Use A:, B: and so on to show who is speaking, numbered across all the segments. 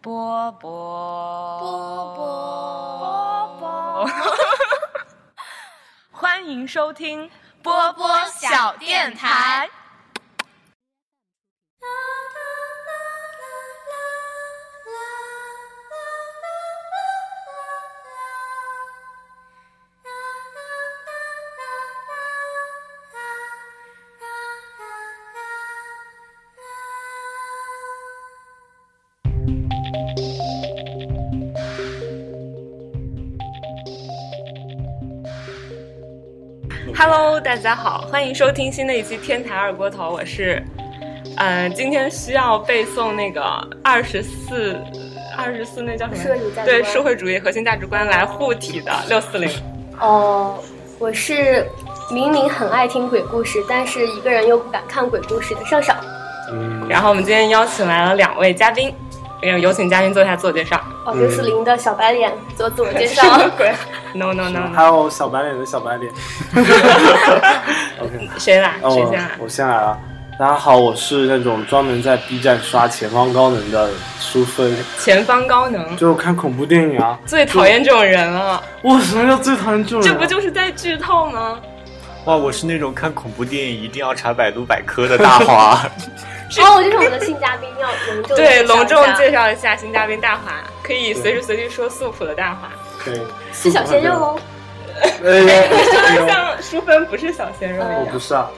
A: 波波
B: 波
A: 波 波，欢迎收听波波小电台。Hello，大家好，欢迎收听新的一期《天台二锅头》，我是，呃，今天需要背诵那个二十四。二十四那叫什
B: 社会
A: 么
B: 主义价值？观
A: 对社会主义核心价值观来护体的六四零，
B: 哦，我是明明很爱听鬼故事，但是一个人又不敢看鬼故事的上上。
C: 嗯，
A: 然后我们今天邀请来了两位嘉宾，有有请嘉宾做一下自我介绍。
B: 哦，
C: 嗯
B: 六四零的小白脸做自我介 绍。
A: 什么鬼？No No
C: 是
A: No，,
C: 还
A: no
C: 有小白脸的小白脸。OK，
A: 谁来？
C: 哦，
A: 谁先来？
C: 我先来啊。大家好，我是那种专门在 B 站刷前方高能的淑芬，
A: 前方高能，
C: 就是看恐怖电影啊。
A: 最讨厌这种人了。
C: 哇，什么叫最讨厌这种人
A: 这
C: 啊？
A: 不就是在剧透吗？
D: 哇，我是那种看恐怖电影一定要查百度百科的大 华。
B: 哦，这是我们的新嘉宾，要隆
A: 对，
B: 重介绍一下
A: 隆重介绍一下新嘉宾大华，可以随时随地说素朴的大华。
C: 对，
B: 是小鲜肉哦喽，
C: 哎呀， 哎
A: 就
C: 呀
A: 像淑芬不是小鲜肉
C: 我
A: 一
C: 不
A: 样，
C: 是啊，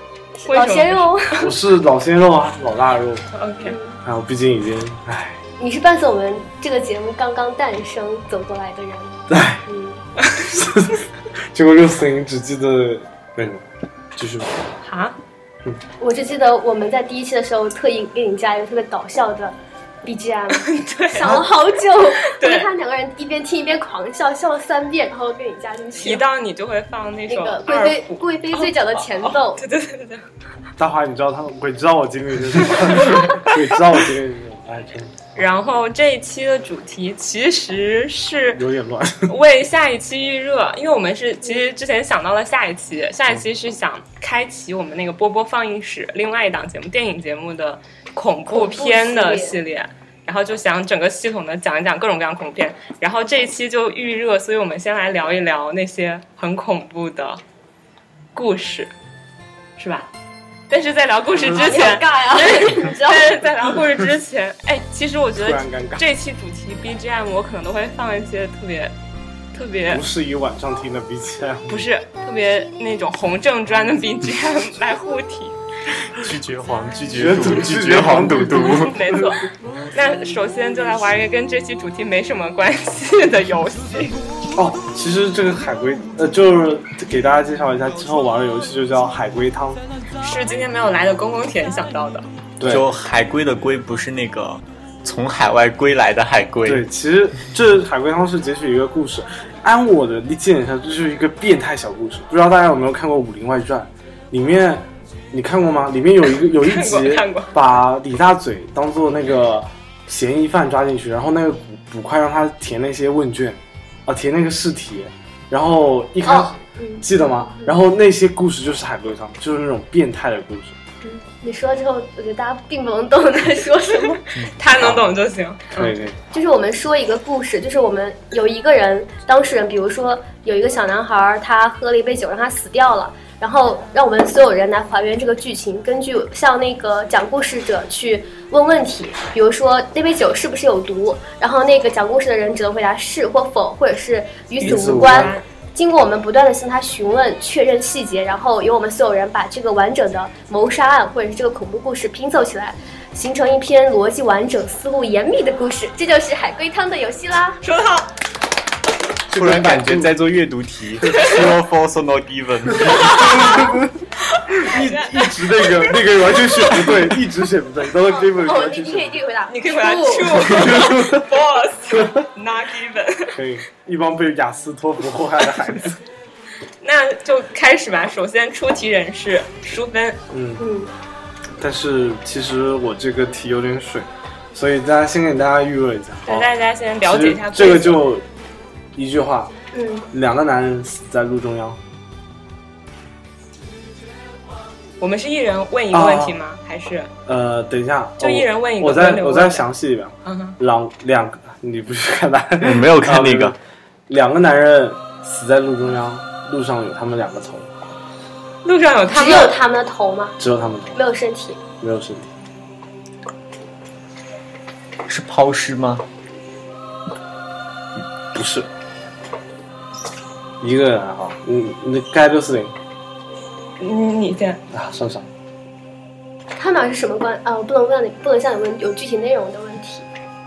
A: 为什么
B: 老鲜肉哦。
C: 我是老鲜肉啊，老腊肉。
A: OK，
C: 哎，我毕竟已经，哎，
B: 你是伴随我们这个节目刚刚诞生走过来的人。
C: 哎，
B: 嗯，
C: 结果六四零只记得那个，就是
A: 啊，
B: 我就记得我们在第一期的时候特意给你加一个特别搞笑的 BGM，想了好久，我
A: 对
B: 跟他两个人一边听一边狂笑，笑了三遍，然后给你加进去。
A: 提到你就会放那
B: 那
A: 首
B: 个贵
A: 二
B: 妃
A: 胡。
B: 贵妃醉酒的前奏
A: 哦，对对对 对，
C: 大华，你知道他鬼知道我经历的是什么？ 鬼知道我经历的是什么？哎，真的
A: 然后这一期的主题其实是
C: 有点乱。
A: 为下一期预热，因为我们是其实之前想到了下一期，下一期是想开启我们那个波波放映室另外一档节目电影节目的恐怖片的系列，然后就想整个系统的讲一讲各种各样恐怖片，然后这一期就预热，所以我们先来聊一聊那些很恐怖的故事，是吧？但是在聊故事之
B: 好尴
A: 前，
B: 尬呀， 你知道吗
A: 但是在聊故事之前，哎，其实我觉
C: 突
A: 得
C: 然尴尬
A: 这期主题 BGM 我可能都会放一些特别特别
C: 不是以晚上听的 BGM，
A: 不是特别那种红正专的 BGM 来护 体，
D: 拒绝黄，拒
C: 绝赌拒绝黄赌毒
A: 没错。那首先就来玩一个跟这期主题没什么关系的游戏，
C: 哦。其实这个海龟，呃，就是给大家介绍一下，之后玩的游戏就叫海龟汤。
A: 是今天没有来的公公田想到的。
C: 对，
D: 就海归的归，不是那个从海外归来的海
C: 对，
D: 归。
C: 其实这海龟汤是截取一个故事，按我的理解上，这就是一个变态小故事。不知道大家有没有看过《武林外传》，里面你看过吗？里面有一个有一
A: 看过
C: 集
A: 看过
C: 把李大嘴当做那个嫌疑犯抓进去，然后那个捕捕快让他填那些问卷，啊，填那个试题，然后一开始、
B: 哦嗯
C: 记得吗？然后那些故事就是海龟汤，就是那种变态的故事。
B: 嗯你说了之后，我觉得大家并不能懂在说什么。
A: 他能懂就行。
C: 对对，
B: 就是我们说一个故事，就是我们有一个人，当事人，比如说有一个小男孩儿，他喝了一杯酒，让他死掉了，然后让我们所有人来还原这个剧情，根据向那个讲故事者去问问题，比如说那杯酒是不是有毒，然后那个讲故事的人只能回答是或否，或者是与
C: 与
B: 此
C: 此
B: 无
C: 无
B: 关
C: 关。
B: 经过我们不断的向他询问、确认细节，然后由我们所有人把这个完整的谋杀案或者是这个恐怖故事拼凑起来，形成一篇逻辑完整、思路严密的故事，这就是海龟汤的游戏啦。
A: 说得好，
D: 突然感觉在做阅读题。True or false or not given？
C: 一一直那个那个完全选不对， 一直选不对，到了 g a m e
B: 哦
C: 完，
B: 你
C: 全
B: 你
C: 选
B: 可
C: 不
B: 以这
C: 对。
B: 个回答，
A: 你可以回答
B: True
A: true boss not given。
C: 可以，一帮被雅思托福祸害的孩子。
A: 那就开始吧。首先出题人是淑芬，
C: 嗯，
B: 嗯，
C: 但是其实我这个题有点水，所以大家先给大家预热一下。
A: 让大家先
C: 好
A: 了解一下
C: 其实这
A: 规
C: 个
A: 则
C: 就一句话：
B: 嗯，
C: 两个男人死在路中央。
A: 我们是一人问一个问题吗？
C: 啊
A: 还是
C: 呃，等一下，
A: 就一人问一个
C: 我
A: 轮
C: 再
A: 流
C: 我
A: 问
C: 再
A: 的
C: 详细一点。
A: 嗯哼，
C: 两两个，你不是看他？
D: 我嗯没 有看那个，
C: 两个男人死在路中央，路上有他们两个头，
A: 路上有他
B: 只
A: 们
B: 有他们的头吗？
C: 只有他们头，
B: 没有身体，
C: 没有身体。
D: 是抛尸吗？
C: 不是一个人啊，你你该六四零
A: 你你先，
C: 啊，算上。
B: 他们俩是什么关？啊，我不能问你，不能向你问有具体内容的问题。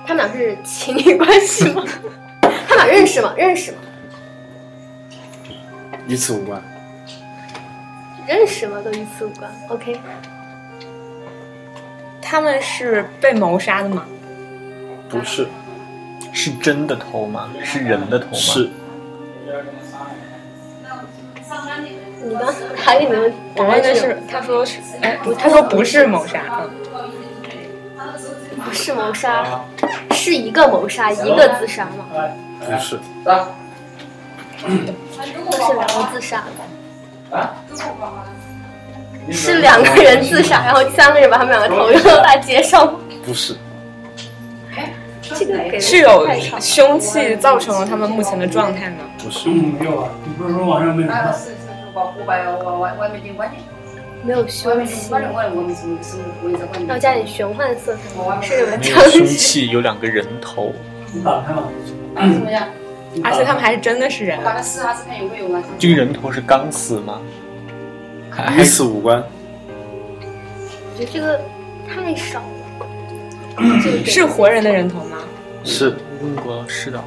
B: 他们俩是情侣关系吗？ 他们俩认识吗？认识吗？
C: 与此无关。
B: 认识吗？都与此无关。OK，
A: 他们是被谋杀的吗？
C: 不是，
D: 是真的头吗？是人的头吗？
C: 是
B: 你呢？还有你的问题？
A: 我问的是，他说是，哎，不，他说不是谋杀，嗯，
B: 不哦是谋杀，啊是一个谋杀，一个自杀吗？
C: 不是？
B: 哎不是两个自杀是两个人自杀，然后三个人把他们两个头扔到大街上。
C: 不是，
B: 这个给的
A: 是有
B: 太少了
A: 凶器造成了他们目前的状态吗？
C: 不是，
E: 中午没有啊？你不是说晚上没有
F: 哎，
E: 看？
F: 是是是，我我我我我也没进关键，
B: 没有
F: 我也
B: 凶
F: 没进
B: 器，
F: 关键，我也我没什么什么我也在关键。
B: 要加点玄幻色彩，
F: 我我
B: 是你们
D: 没
B: 张
D: 有凶
B: 继
D: 器，有两个人头。
E: 你打开了？
F: 啊怎么样？
E: 你打
A: 而
E: 开
A: 且他们还是真的是人
F: 我，把它试下，是看有没有啊？
D: 这个人头是刚死吗？还
C: 与
D: 还
C: 此无关。
B: 我觉得这个太少了。这个给的
A: 是活人的人头吗？
C: 是
D: 问过是的，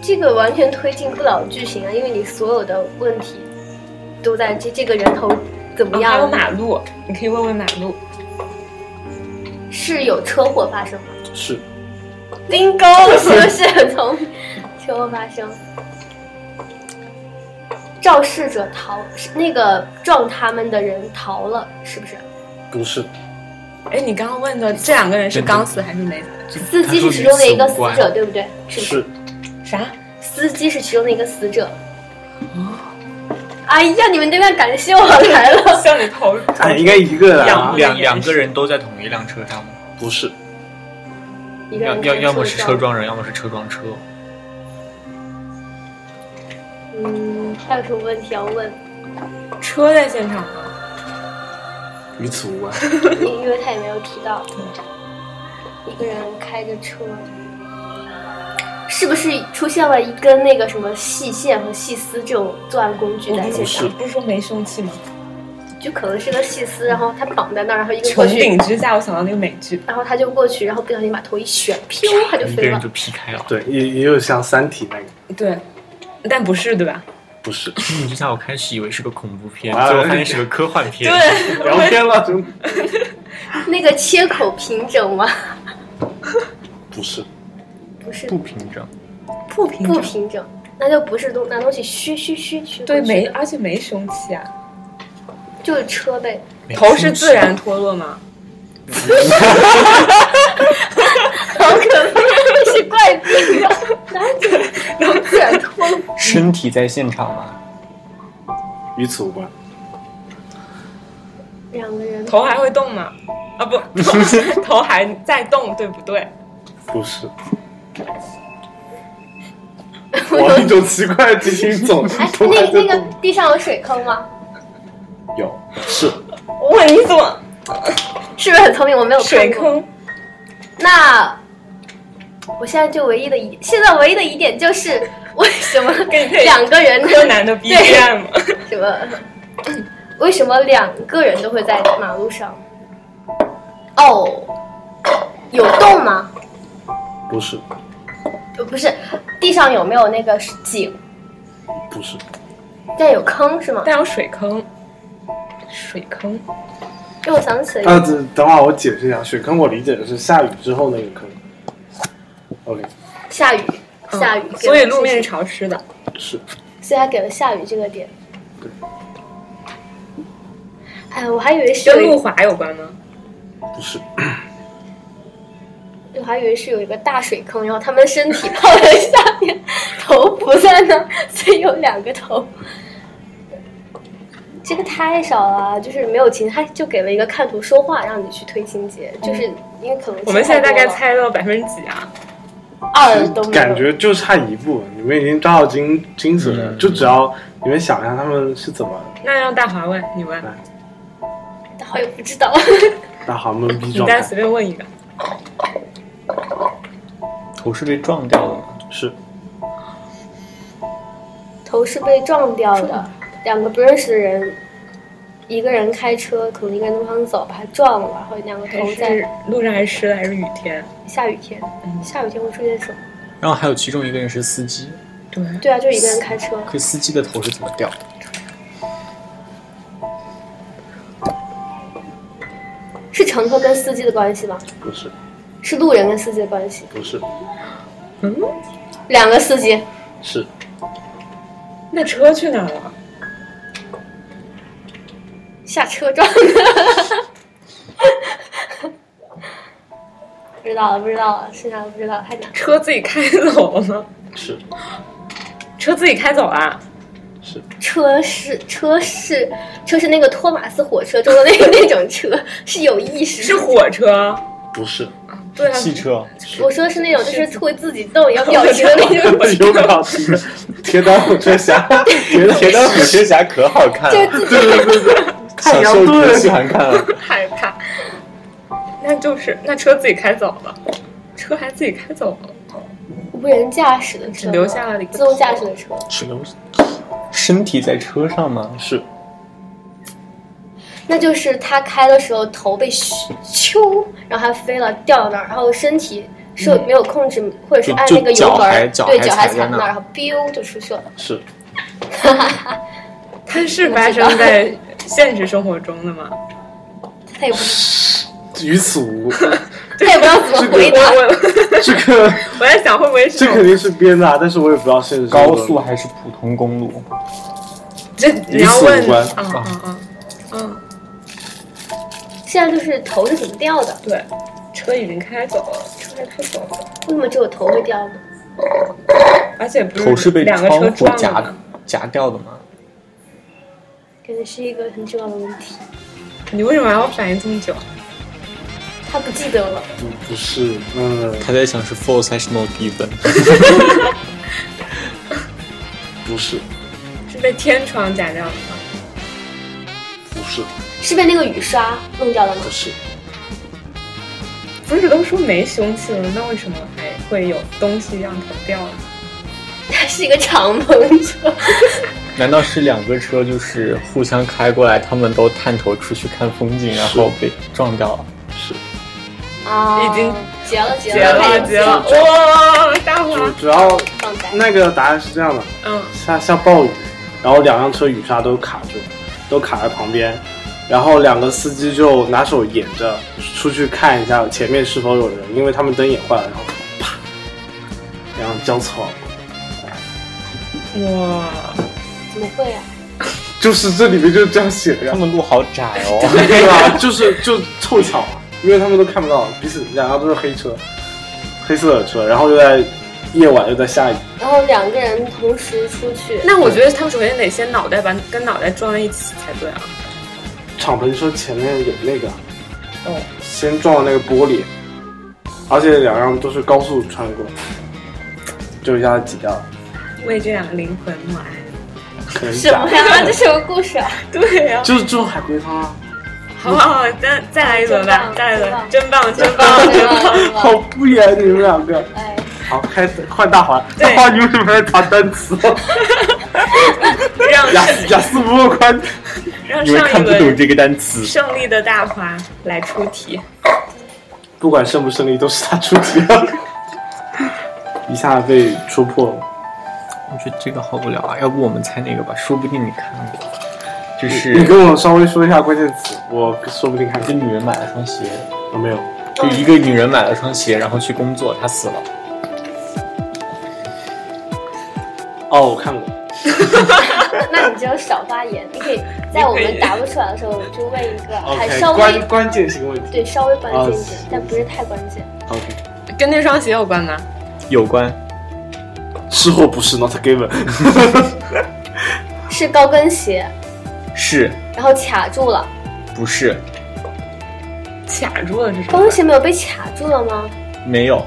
B: 这个完全推进不了剧情啊，因为你所有的问题都在这这个人头怎么
A: 哦，还有
B: 样？
A: 马路，你可以问问马路。
B: 是有车祸发生吗？
C: 是，
B: 丁工是不是很聪明？车祸发生，肇事者逃，是那个撞他们的人逃了，是不是？
C: 不是，
A: 哎，你刚刚问的这两个人是刚死还是没死？
B: 司机是其中的一个死者，对不对？是不是
C: 是
A: 啥？
B: 司机是其中的一个死者。
D: 哦
B: 哎呀，你们这边感谢我来了。
A: 向你投
C: 哎，应该一个人
A: 两
C: 啊
A: 个，
D: 两两个人都在同一辆车上吗？
C: 不是，
B: 一个
D: 要
B: 人
D: 要
B: 开
D: 要么是车
B: 撞，
D: 撞人，要么是车撞车。
B: 嗯，还有什么问题要问？
A: 车在现场吗？
C: 与此无关。
B: 因因为他也没有提到，一个人开着车，是不是出现了一根那个什么细线和细丝这种作案工具在
A: 不
B: 现
A: 是，
B: 场？
A: 不是说没凶器吗？
B: 就可能是个细丝，然后他绑在那儿，然后一个
A: 穹
B: 过去
A: 顶，之下，我想到那个美剧，
B: 然后他就过去，然后不小心把头一旋，飘，他就
D: 一个
B: 飞
D: 人
B: 了
D: 就。劈开了。
C: 对，也也有像《三体》那个，
A: 对，但不是对吧？
C: 不是，
D: 听你之嗯下，我开始以为是个恐怖片，
C: 哇
D: 最后发现是个科幻片。，
C: 聊天了，真
B: 那个切口平整吗？
C: 不是，
B: 不是，
D: 不平整。
A: 不平
B: 不平整，那就不是东拿东西虚虚虚虚。
A: 对没，
B: 没，
A: 而且没凶器啊。
B: 就是车呗。
A: 头是自然脱落吗？
B: 好可怕，这是怪病啊！哪怎么自然脱落？
D: 身体在现场吗？
C: 与此无关。
B: 两个人
A: 头还会动吗？啊 不，头头还在动，对不对？
C: 不是。往一种奇怪的剧情走，
B: 哎，
C: 突
B: 那
C: 然就
B: 那个地上有水坑吗？
C: 有是
A: 哇，你怎么
B: 是不是很聪明？我没有看过
A: 水。坑？
B: 那我现在就唯一的疑，现在唯一的疑 点就是为什么
A: 给你配
B: 两个人
A: 柯南的 BGM 吗
B: 什么？为什么两个人都会在马路上？哦，有洞吗？
C: 不是
B: 呃不是，地上有没有那个井？
C: 不是
B: 哎但有坑是吗？
A: 但有水坑，水坑
B: 让我想起了一
C: 啊？
B: 个，
C: 等等会儿我解释一下，水坑我理解的是下雨之后那个坑。OK，
B: 下雨，
A: 嗯
B: 下雨，给
A: 所以
B: 了
A: 路面是
B: 这些
A: 潮湿的。
C: 是
B: 所以他给了下雨这个点
C: 对。
B: 哎，我还以为是有
A: 跟路
B: 一，
A: 滑有关吗？
C: 不是
B: 我还以为是有一个大水坑，然后他们身体泡在下面，头浮在那，所以有两个头。这个太少了，就是没有情，他就给了一个看图说话，让你去推情节，就是因为可能
A: 我们现在大概猜到百分之几啊？
B: 二都没有，
C: 感觉就差一步，你们已经抓到精精髓了，
D: 嗯
C: 就只要你们想一下他们是怎么
A: 那让大华问，你问，
B: 但好像不知道。
C: 打好懵逼
A: 你
C: 状
A: 再
C: 态，
A: 随便问一个。
D: 头是被撞掉了吗？
C: 是
B: 头是被撞掉的，两个不认识的人，一个人开车，可能一个人在路上走，把他撞了，然后两个
A: 还
B: 头
A: 是
B: 在
A: 路上还是湿的还是雨天？
B: 下雨天，下雨天会出现什么？
D: 然后还有其中一个人是司机，
A: 对，
B: 对啊，就一个人开车，
D: 可司机的头是怎么掉的？
B: 是乘客跟司机的关系吗？
C: 不是
B: 是路人跟司机的关系？
C: 不是
B: 两个司机，
C: 是
A: 那车去哪儿了？
B: 下车撞的。 不知道了，不知道了，剩下的不知道，太难。
A: 车自己开走了吗？
C: 是
A: 车自己开走啊了？
C: 是
B: 车是车是车是那个托马斯火车中的那个那种车，是有意识的。
A: 是火车？
C: 不是？
A: 对啊，
D: 汽车，
B: 我说是那种就是会自己动 有表 情的那种，
C: 有表情的铁胆火车侠，铁
D: 铁
C: 铁
D: 胆
C: 胆
D: 火车侠可好看
B: 就
D: 了
B: 是，自己
D: 小时候可喜欢看了。
A: 害怕。那就是那车自己开走了，车还自己开走了，
B: 无人驾驶的
A: 只
B: 车，
A: 留下了一个
B: 自动驾驶的车，
C: 只能
D: 身体在车上吗？
C: 是
B: 那就是他开的时候头被咻咻，然后他飞了掉到那儿，然后身体是没有控制，或者是
D: 就
B: 按那个
D: 就
B: 油门儿，
D: 脚还
B: 对
D: 脚
B: 脚
D: 还
B: 还
D: 踩在
B: 踩
D: 那
B: 那
D: 儿
B: 儿，然后 biu 就出去了。
C: 是
A: 头。它是发生在现实生活中的吗？
B: 他也不
C: 于此无，
B: 他也不知道怎么回答。
A: 我我
C: 这个
A: 我在想会不会是
C: 这肯定是编的啊，但是我也不知道现实
D: 高速啊还是普通公路？
A: 这你要
C: 与此
A: 问
C: 无关
A: 啊啊啊嗯，
B: 现在就是头是怎么掉的？
A: 对，车已经开走了，车还开走了，
B: 为什么只有头会掉呢？
A: 而且不
D: 头是被
A: 两个车
D: 窗户
A: 撞了
D: 夹
A: 呢。
D: 夹掉的吗？
B: 感觉是一个很重要的问题。
A: 你为什么要反应这么久？
B: 他不记得了，
C: 不不是，嗯，
D: 他在想是 force 还是 no 低分？
C: 不是
A: 是被天窗夹掉的吗？
C: 不是
B: 是被那个雨刷弄掉了吗
C: 不？是
A: 不是都说没凶器了，那为什么还会有东西让头掉呢？
B: 它是一个敞篷车。
D: 难道是两个车就是互相开过来，他们都探头出去看风景，然后被撞掉了？
C: 是，
B: 啊，
A: 已经
B: 结了，结
A: 结了
B: 了，
A: 结了，哇，大
C: 主
A: 华，
C: 主要
B: 放在
C: 那个答案是这样的，
A: 嗯，
C: 下下暴雨，然后两辆车雨刷都卡住，都卡在旁边，然后两个司机就拿手掩着，出去看一下前面是否有人，因为他们灯也坏了，然后啪，然后交错，
A: 哇，
B: 怎么会啊？
C: 就是这里面就是这样写的呀
D: 他，们路好窄哦，
C: 对吧？ 就是就凑巧啊，因为他们都看不到彼此，两辆都是黑车，黑色的车，然后又在夜晚又在下雨，
B: 然后两个人同时出去，
A: 那我觉得他们首先得先脑袋把跟脑袋撞在一起才对啊。
C: 敞篷车前面有那个。
A: 哦，
C: 先撞了那个玻璃，而且两辆都是高速穿过，就一下子挤掉了。
A: 为这两个灵魂默哀。
C: 可能
B: 什么呀？这什么故事啊？
A: 对呀、
C: 就是这种海龟汤啊，
A: 好好好，再再来一轮吧，
B: 真棒
A: 再来一轮，真棒，真棒，
B: 哦对
A: 真
B: 吧
A: 棒。
B: 对吧
C: 好不严，你们两个。
B: 哎，
C: 好，开始换大华，
A: 对
C: 大华你为什么要查 单词？
A: 让
C: 雅雅思不过关，
A: 让
D: 因为
A: 上
D: 看
A: 一
D: 不懂
A: 轮
D: 这个单词。
A: 胜利的大华来出题。
C: 不管胜不胜利都是他出题 了，一下被戳破了。
D: 我觉得这个好无聊啊，要不我们猜那个吧，说不定你看过，就
C: 你
D: 是
C: 跟我稍微说一下关键词，我说不定看
D: 一个
C: 见。
D: 女人买了双鞋，
C: 有哦没有？
D: 就一个女人买了双鞋，然后去工作，她死了。
C: 哦，我看过。
B: 那你就少发言，你可以在我们答不出来的时候，我们就问一个还
C: OK，
B: 稍微
C: 关关键性问题。
B: 对稍微关键一点
C: 啊，
B: 但不是太关键。
C: OK，
A: 跟那双鞋有关吗？
D: 有关
C: 是或不是 not given。
B: 是高跟鞋，
D: 是
B: 然后卡住了，
D: 不是
A: 卡住了是什么
B: 光？鞋没有被卡住了吗？
D: 没有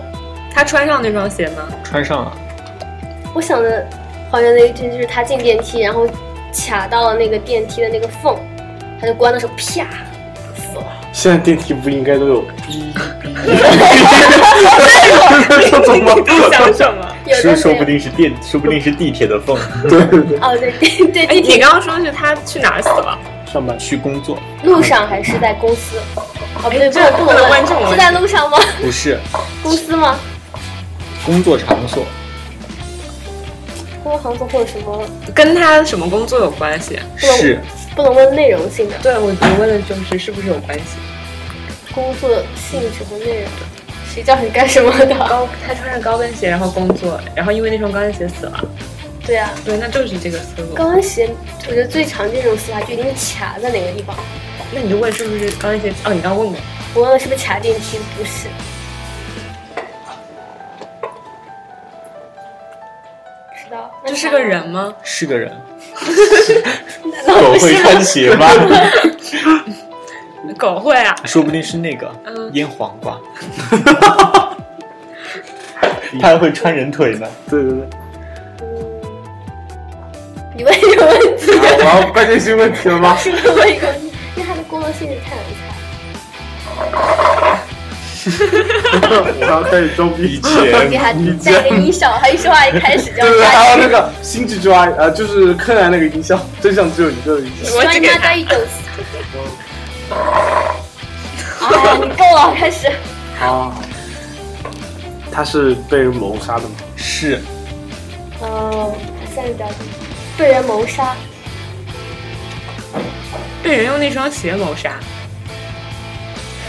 A: 他穿上那双鞋吗？
D: 穿上了？
B: 我想的还原的一帧就是他进电梯，然后卡到了那个电梯的那个缝，他就关的时候啪死了。
C: 现在电梯不应该都有哔哔哔？这是怎么？
A: 在想什么？
B: 有的
D: 说
B: 没
D: 说
B: 有
D: 不定是电，说不定是地铁的缝。
B: 哦，对 对对，
A: 哎，你
B: 地铁
A: 刚刚说的是他去哪儿死了？
C: 上班
D: 去工作？
B: 路上还是在公司？哦，不对，
A: 这个
B: 不
A: 不能
B: 能
A: 问这种问
B: 是
A: 题
B: 在路上吗？
D: 不是
B: 公司吗？
D: 工作场所，
B: 工作场所或者什么
A: 跟他什么工作有关系？
D: 是
B: 不能问内容性的
A: 对，我我问的就是是不是有关系？
B: 工作性质和内容，谁叫你干什么的？
A: 高，他穿上高跟鞋，然后工作，然后因为那双高跟鞋死了。
B: 对啊，
A: 对，那就是这个思路。
B: 高跟鞋，我觉得最常见这种死啊法就一定是卡在哪个地方。
A: 那你就问是不是高跟鞋？哦，你刚问过。
B: 我忘了是不是卡电梯，不是。知道，那
A: 这是个人吗？
D: 是个人。
B: 难道
D: 狗
B: 不
D: 会
B: 是吗？
D: 穿鞋吗？
A: 狗会啊。
D: 说不定是那个
A: 嗯
D: 腌黄瓜，他还会穿人腿呢。
C: 对对对，
B: 嗯你问一个问题，
C: 我要关键性问题了吗？
B: 是不是问一个问题？那他的工作性质太难猜。
C: 我要开始装逼
D: 以。 前
B: 你啊还带个音效，他一说话一开 始就
C: 对对，
B: 要
C: 还有那个《星际抓》呃，就是柯南那个音效，真相只有一个的音效。
A: 我只给他
B: 带一狗。哎，你够了，开始。
C: 啊，他是被人谋杀的吗？
D: 是
B: 哦，还算是比较被人谋杀，
A: 被人用那双鞋谋杀，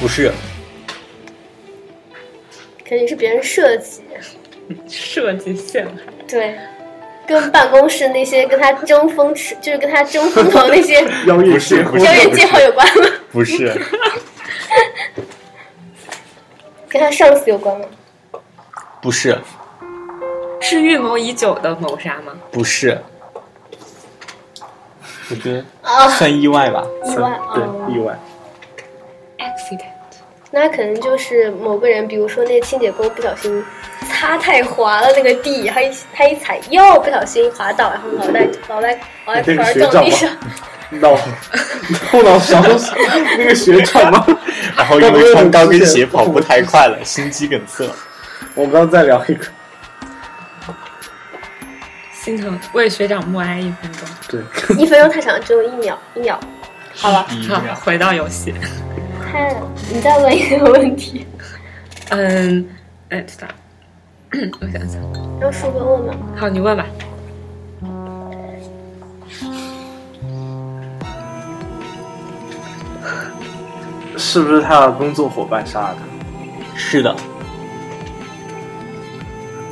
D: 不是？
B: 肯定是别人设计。
A: 设计陷害。
B: 对，跟办公室那些跟他争风吃，就是跟他争风头那 些
C: 妖
D: 不
C: 夜
D: 是
C: 结
D: 不
C: 婚
D: 是
B: 交易
D: 不
B: 计
D: 是
B: 划有关吗？
D: 不是
B: 跟他上司有关吗？
D: 不是
A: 是预谋已久的谋杀吗？
D: 不是，我觉得
B: 啊，
D: 算意外吧。
B: 意外啊！
C: 对，意外。
A: accident。
B: 那可能就是某个人，比如说那个清洁工不小心擦太滑了那个地，他一他一踩，又不小心滑倒，然后脑袋脑袋脑袋
C: 那个
B: 壳儿
C: 学长
B: 撞地
C: 吗
B: 上。
C: 脑后脑勺那个学长吗？
D: 然后因为穿高跟鞋跑步太快了，心肌梗 塞。
C: 我们刚刚在聊一个，
A: 心疼，为学长默哀一分钟。
C: 对，
B: 一分钟太长，只有一秒，一秒。
A: 好了
D: 一
A: 好
D: 秒，
A: 回到游戏。
B: 看，你再问一个问题，
A: 嗯，哎，知道了。 我想想，
B: 让树哥问吧。
A: 好，你问吧。
C: 是不是他的工作伙伴杀了他？
D: 是的，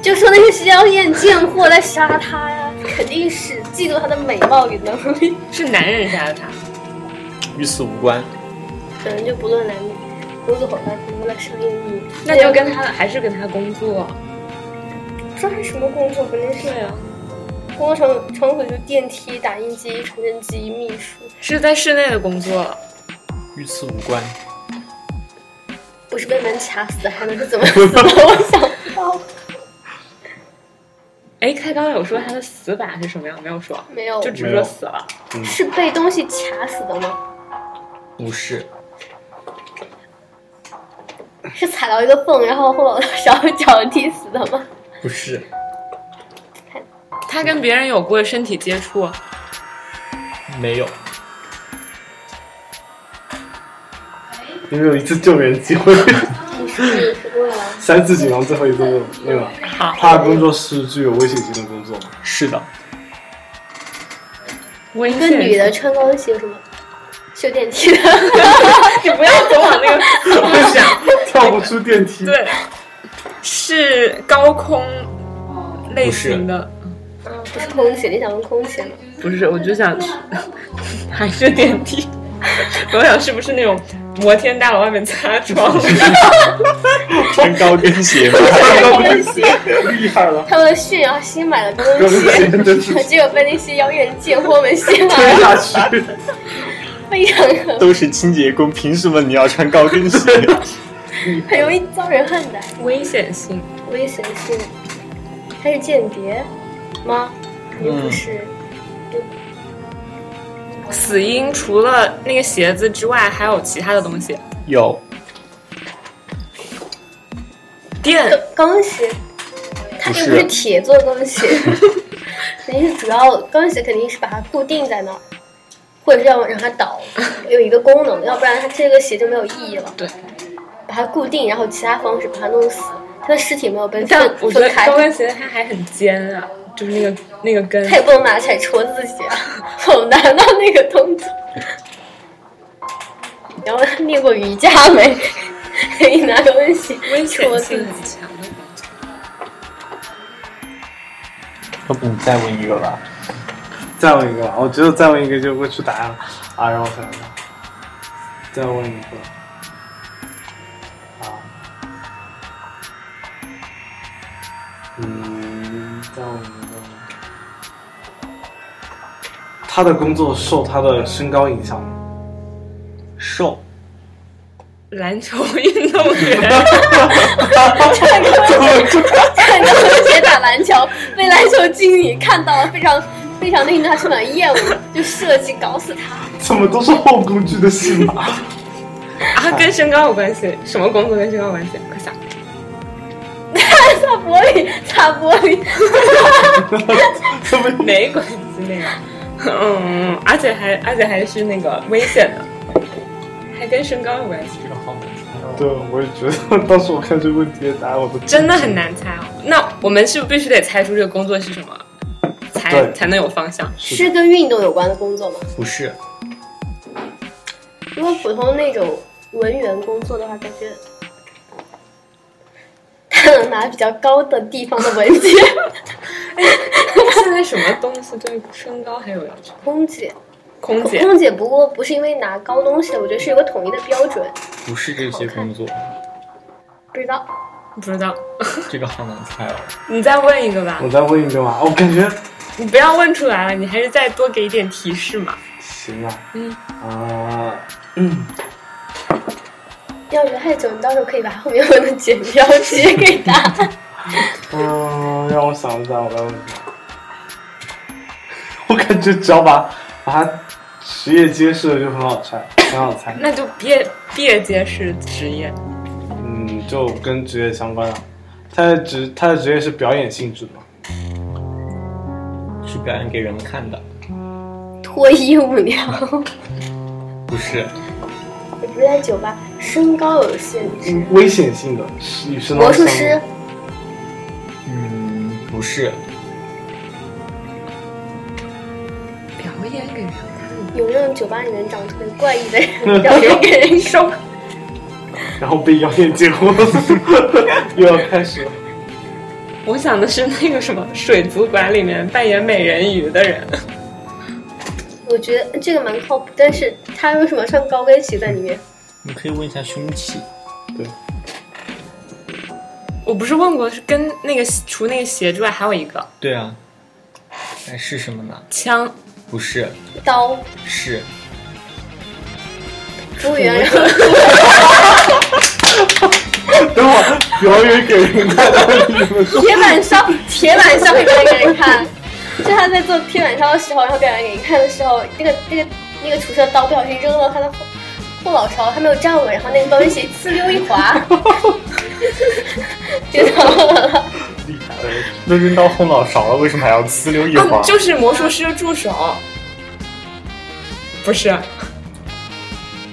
B: 就说那个西郊宴贱货在杀他呀，肯定是嫉妒他的美貌与能力，
A: 是男人杀的他，
D: 与此无关。
B: 可能就不论男女，工作伙伴可能为了商业利益，
A: 那就跟他还是跟他工作。
B: 说是什么工作，肯定是
A: 啊，
B: 工作场场所就电梯、打印机、传真机、秘书，
A: 是在室内的工作。
D: 与此无关，
B: 不是被门卡死的，还能是怎么死的？我想 不到，
A: 哎，他刚刚有说他的死法是什么样，没有说，
B: 没有
A: 就，只
C: 没
A: 说
C: 有
A: 死了。
B: 是被东西卡死的吗？
D: 不是
B: 是踩到一个缝，然后后脑勺脚踢死的吗？
D: 不是
A: 他跟别人有过身体接触，
D: 没有
C: 你们有一次救援机会，
B: 你是不是问了？
C: 三次锦囊最后一次问那个，
A: 好，
C: 他的工作是具有危险性的工作吗？
D: 是的，
A: 我一
B: 一个女的，穿高跟鞋有什么？修电梯的，
A: 你不要总往那 个思路想。
C: 跳不出电 梯，
A: 对，是高空
F: 哦，
A: 类型的，
B: 嗯，不是空姐，你想问空姐吗？
A: 不是，我就想还是电梯。 我想是不是那种摩天大楼外面擦 窗？
D: 穿高跟鞋吗？
C: 厉害了，
B: 他们炫耀啊新买的东西，
C: 真是
B: 结果被那些妖艳贱货们掀了，
C: 推下去。
B: 非常很
D: 都是清洁工，凭什么你要穿高跟鞋？
B: 很容易遭人恨的，
A: 危险性，
B: 危险性。他是间谍吗？肯定不
D: 嗯
B: 是。
A: 死因除了那个鞋子之外，还有其他的东西。
D: 有
A: 电
B: 钢鞋，它
D: 不
B: 又
D: 是
B: 不是铁做 钢鞋，肯定是主要钢鞋肯定是把它固定在那儿，或者是要让它倒，有一个功能，要不然它这个鞋就没有意义了。
A: 对，
B: 把它固定，然后其他方式把它弄死，它的尸体没有被
A: 但
B: 分
A: 我觉
B: 分
A: 得
B: 开
A: 高。跟鞋它还很尖啊，就是那个那个跟
B: 它。也不能拿起来戳自己啊！我们达到那个动作。然后他练过瑜伽没？ 可以拿高跟鞋
A: 危险
B: 戳自
A: 性很
B: 己。
A: 强的，
D: 要不你嗯再问一个吧？
C: 再问一个吧，我觉得再问一个就问出答案了啊！让我想想，再问一个啊，嗯，再问一个，他的工作受他的身高影响吗？
D: 瘦，
A: 篮球运动 员，
B: 看着何姐打篮球，被篮球经理看到了，非常非常令他充满厌恶，就设计搞死他。
C: 怎么都是后宫剧的戏码？
A: 啊，跟身高有关系？什么工作跟身高有关系？快想，
B: 擦玻璃，擦玻璃，
C: 怎么
A: 没关系那个，嗯，而且还而且还是那个危险的，还跟身高有关系，
D: 这个好难
C: 对，我也觉得 当时我看这个问题的答案，我都
A: 真的很难猜哦。那我们是不是必须得猜出这个工作是什么，才
C: 对
A: 才能有方 向？
B: 是跟运动有关的工作吗？
D: 不是，
B: 如果普通那种文员工作的话，感觉 他能拿比较高的地方的文件，
A: 现在什么东西对身高还有要求？
B: 空姐，
A: 空姐
B: 空姐不过不是因为拿高东西的，我觉得是有个统一的标准，
D: 不是这些工作，
B: 不知道。
A: 不知道，
D: 这个好难猜哦。
A: 你再问一个吧
C: 我，再问一个嘛，我感觉
A: 你不要问出来了，你还是再多给一点提示嘛。
C: 行啊，
A: 嗯
C: 啊，嗯，
B: 要是太久，你到时候可以把后面问的剪掉，直接给答案。
C: 嗯，让我想一想，我来问什么？ 我感觉只要把把它职业揭示了就很好猜，很好猜。
A: 那就别别揭示职业，
C: 嗯，就跟职业相关了。他的职他的职业是表演性质嘛？
D: 是表演给人们看的，
B: 脱衣舞娘，
D: 不是
B: 也不是在酒吧，身高有限
A: 嗯
B: 制。
C: 危险性的，是与生
B: 魔术师，
D: 嗯，不是，
A: 表演给人看，
B: 有那种酒吧里面长得特别怪异的人，让人给人收。
C: 然后被妖艳结 婚， 又要开始了。
A: 我想的是那个什么《水族馆》里面扮演美人鱼的人，
B: 我觉得这个蛮靠谱，但是他为什么穿高跟鞋在里面？
D: 你可以问一下凶器，
A: 我不是问过是跟那个除那个鞋之外还有一个
D: 对啊，哎是什么呢？
A: 枪，
D: 不是，
B: 刀，
D: 是
B: 服务员，然后
C: 等会儿表演给人看 的，你们说
B: 铁板烧，铁板烧会表演给人看。就他在做铁板烧的时候，然后表演给你看的时候，那个那个那个厨师的刀不小心扔到他的后后脑勺，他没有站稳，然后那个高跟鞋呲溜一滑，就倒了。
C: 厉害了。
D: 都扔到后脑勺了，为什么还要呲溜一
A: 嗯，就是魔术师的助手，不是，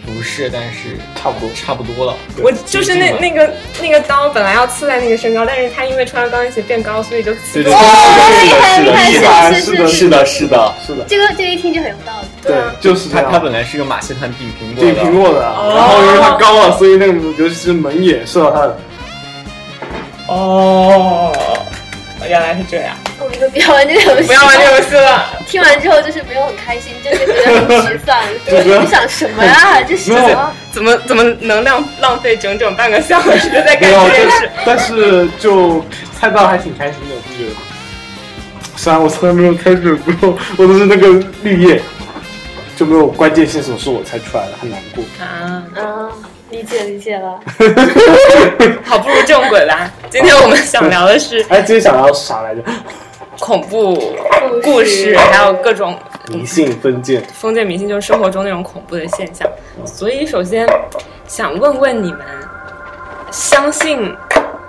D: 不是，但是
C: 差不多
D: 差不多了。
A: 我就是那
D: 接近了
A: 那个那个刀本来要刺在那个身高，但是他因为穿了高跟鞋变高，所以就刺
D: 对
A: 中
D: 对
A: 了。
B: 厉害厉害
C: 是
B: 是
C: 的，
D: 是
C: 是的，
D: 的，是的，
C: 是的，
B: 这个这个一听就很有道理。
C: 对，就是这
D: 他
C: 样。
D: 他本来是个马戏团顶苹果
C: 顶
D: 的，
C: 苹果的，然后因为它高了，所以那个尤其是门也射到它的。
D: 哦，
A: 原来是这样，
B: 我们就不要玩这个游戏，
A: 不要玩这游戏了。
B: 听完之后就是没有很开心，就是觉得很沮丧。
C: 对不要
B: 你想什么呀？这是什
C: 没
B: 么
C: 有？
A: 怎么怎么能浪浪费整整半个小时在
C: 没
A: 干
C: 有
A: 这件事？，
C: 但但啊是就猜到还挺开心的，我觉得。虽然我从来没有猜准过，我都是那个绿叶，就没有关键线索是我猜出来的，很难过。
A: 啊，
B: 嗯，理解理解了。
A: 好，不如正轨吧。今天我们想聊的是
C: 哎，今天想要啥来着？
A: 恐怖故
B: 故
A: 事，
B: 事
A: 还有各种
C: 迷信封建，
A: 封建迷信，就是生活中那种恐怖的现象。所以，首先想问问你们，相信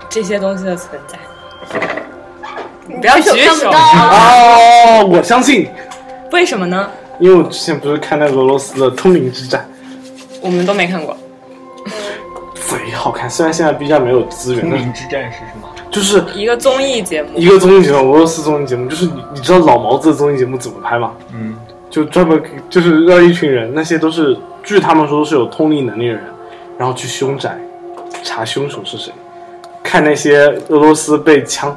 A: 这些东西的存在？你不要举
B: 看
A: 手
B: 不，到。
C: 哦，我相信，
A: 为什么呢？
C: 因为我之前不是看那个俄罗斯的《通灵之战
A: 我们都没看过。》，
C: 贼好看。虽然现在 B 站没有资源，
D: 通
C: 但是
D: 灵之战是什么？
C: 就是
A: 一个综艺节目，
C: 一个综艺节目，俄罗斯综艺节目，就是你你知道老毛子的综艺节目怎么拍吗？
D: 嗯，
C: 就专门给就是让一群人，那些都是据他们说是有通灵能力的人，然后去凶宅查凶手是谁，看那些俄罗斯被枪。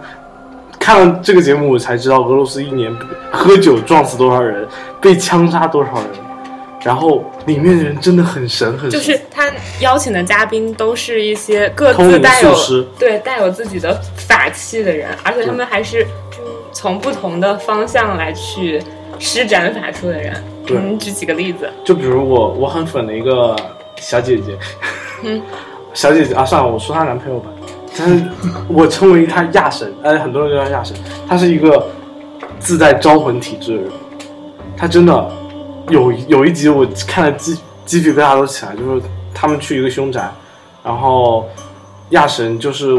C: 看了这个节目，我才知道俄罗斯一年喝酒撞死多少人，被枪杀多少人，然后里面的人真的很神，很神。
A: 就是他邀请的嘉宾都是一些各
C: 通
A: 自
C: 灵
A: 带有
C: 术师
A: 对带有自己的法器的人，而且他们还是从不同的方向来去施展法术的人。
C: 对
A: 嗯，举几个例 子，
C: 就比如我，我很粉的一个小姐姐，
A: 嗯，
C: 小姐姐啊，算了，我说她男朋友吧，但是我称为她亚神，哎，很多人叫她亚神，她是一个自带招魂体质的人，她真的有有一集我看了鸡鸡皮疙瘩都起来，就是他们去一个凶宅，然后亚神就是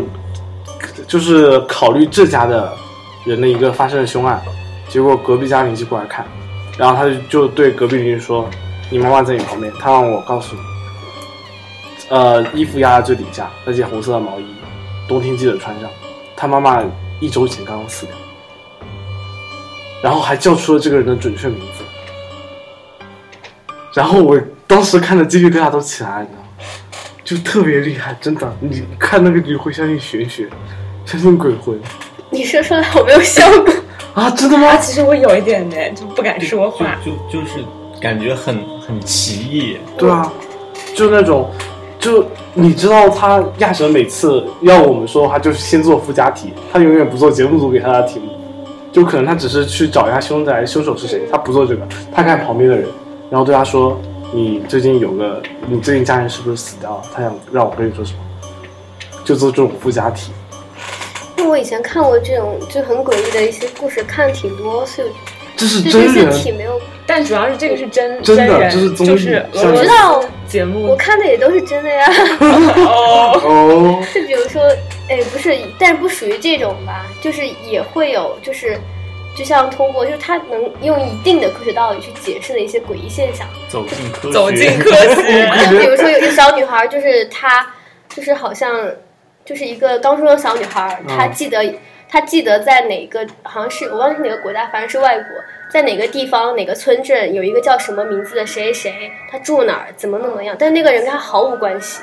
C: 就是考虑这家的人的一个发生的凶案，结果隔壁家邻居过来看，然后他就就对隔壁邻居说：“你妈妈在你旁边，她让我告诉你，呃，衣服压在最底下，那件红色的毛衣，冬天记得穿上。她妈妈一周前刚刚死掉，然后还叫出了这个人的准确名字。然后我当时看的鸡皮疙瘩都起来了，你知道吗？就特别厉害，真的，你看那个你会相信玄学，相信鬼魂
B: 你说出来我没有笑过。
C: 啊？真的吗
A: 啊，？其实我有一点呢，就不敢说话。
D: 就就就是感觉很很奇异，
C: 对啊，就那种，就你知道他亚神每次要我们说，他就是先做附加题，他永远不做节目组给他的题目，就可能他只是去找一下凶宅凶手是谁，他不做这个，他看旁边的人，然后对他说：“你最近有个，你最近家人是不是死掉了？”他想让我跟你说什么，就做这种附加题。
B: 因为我以前看过这种就很诡异的一些故事，看挺多，所以我
C: 这是
B: 对
C: 真
B: 这些
C: 人，
B: 挺没有。
A: 但主要是这个是真
C: 真的
A: 人，
C: 这是综艺
A: 就是俄
B: 我
A: 罗
B: 知
A: 斯
B: 道，
A: 节目
B: 我看的也都是真 的呀。
A: 哦，
C: 哦，
B: 就比如说，哎，不是，但是不属于这种吧，就是也会有，就是就像通过，就是他能用一定的科学道理去解释的一些诡异现象。
D: 走进科学，
A: 走进科学。
B: 比如说有一个小女孩，就是她，就是好像就是一个高中的小女孩，她
A: 嗯
B: 记得、她记得在哪个好像是我忘了是哪个国家，反正是外国，在哪个地方哪个村镇有一个叫什么名字的谁谁谁，她住哪儿，怎么怎么样，但那个人跟她毫无关系，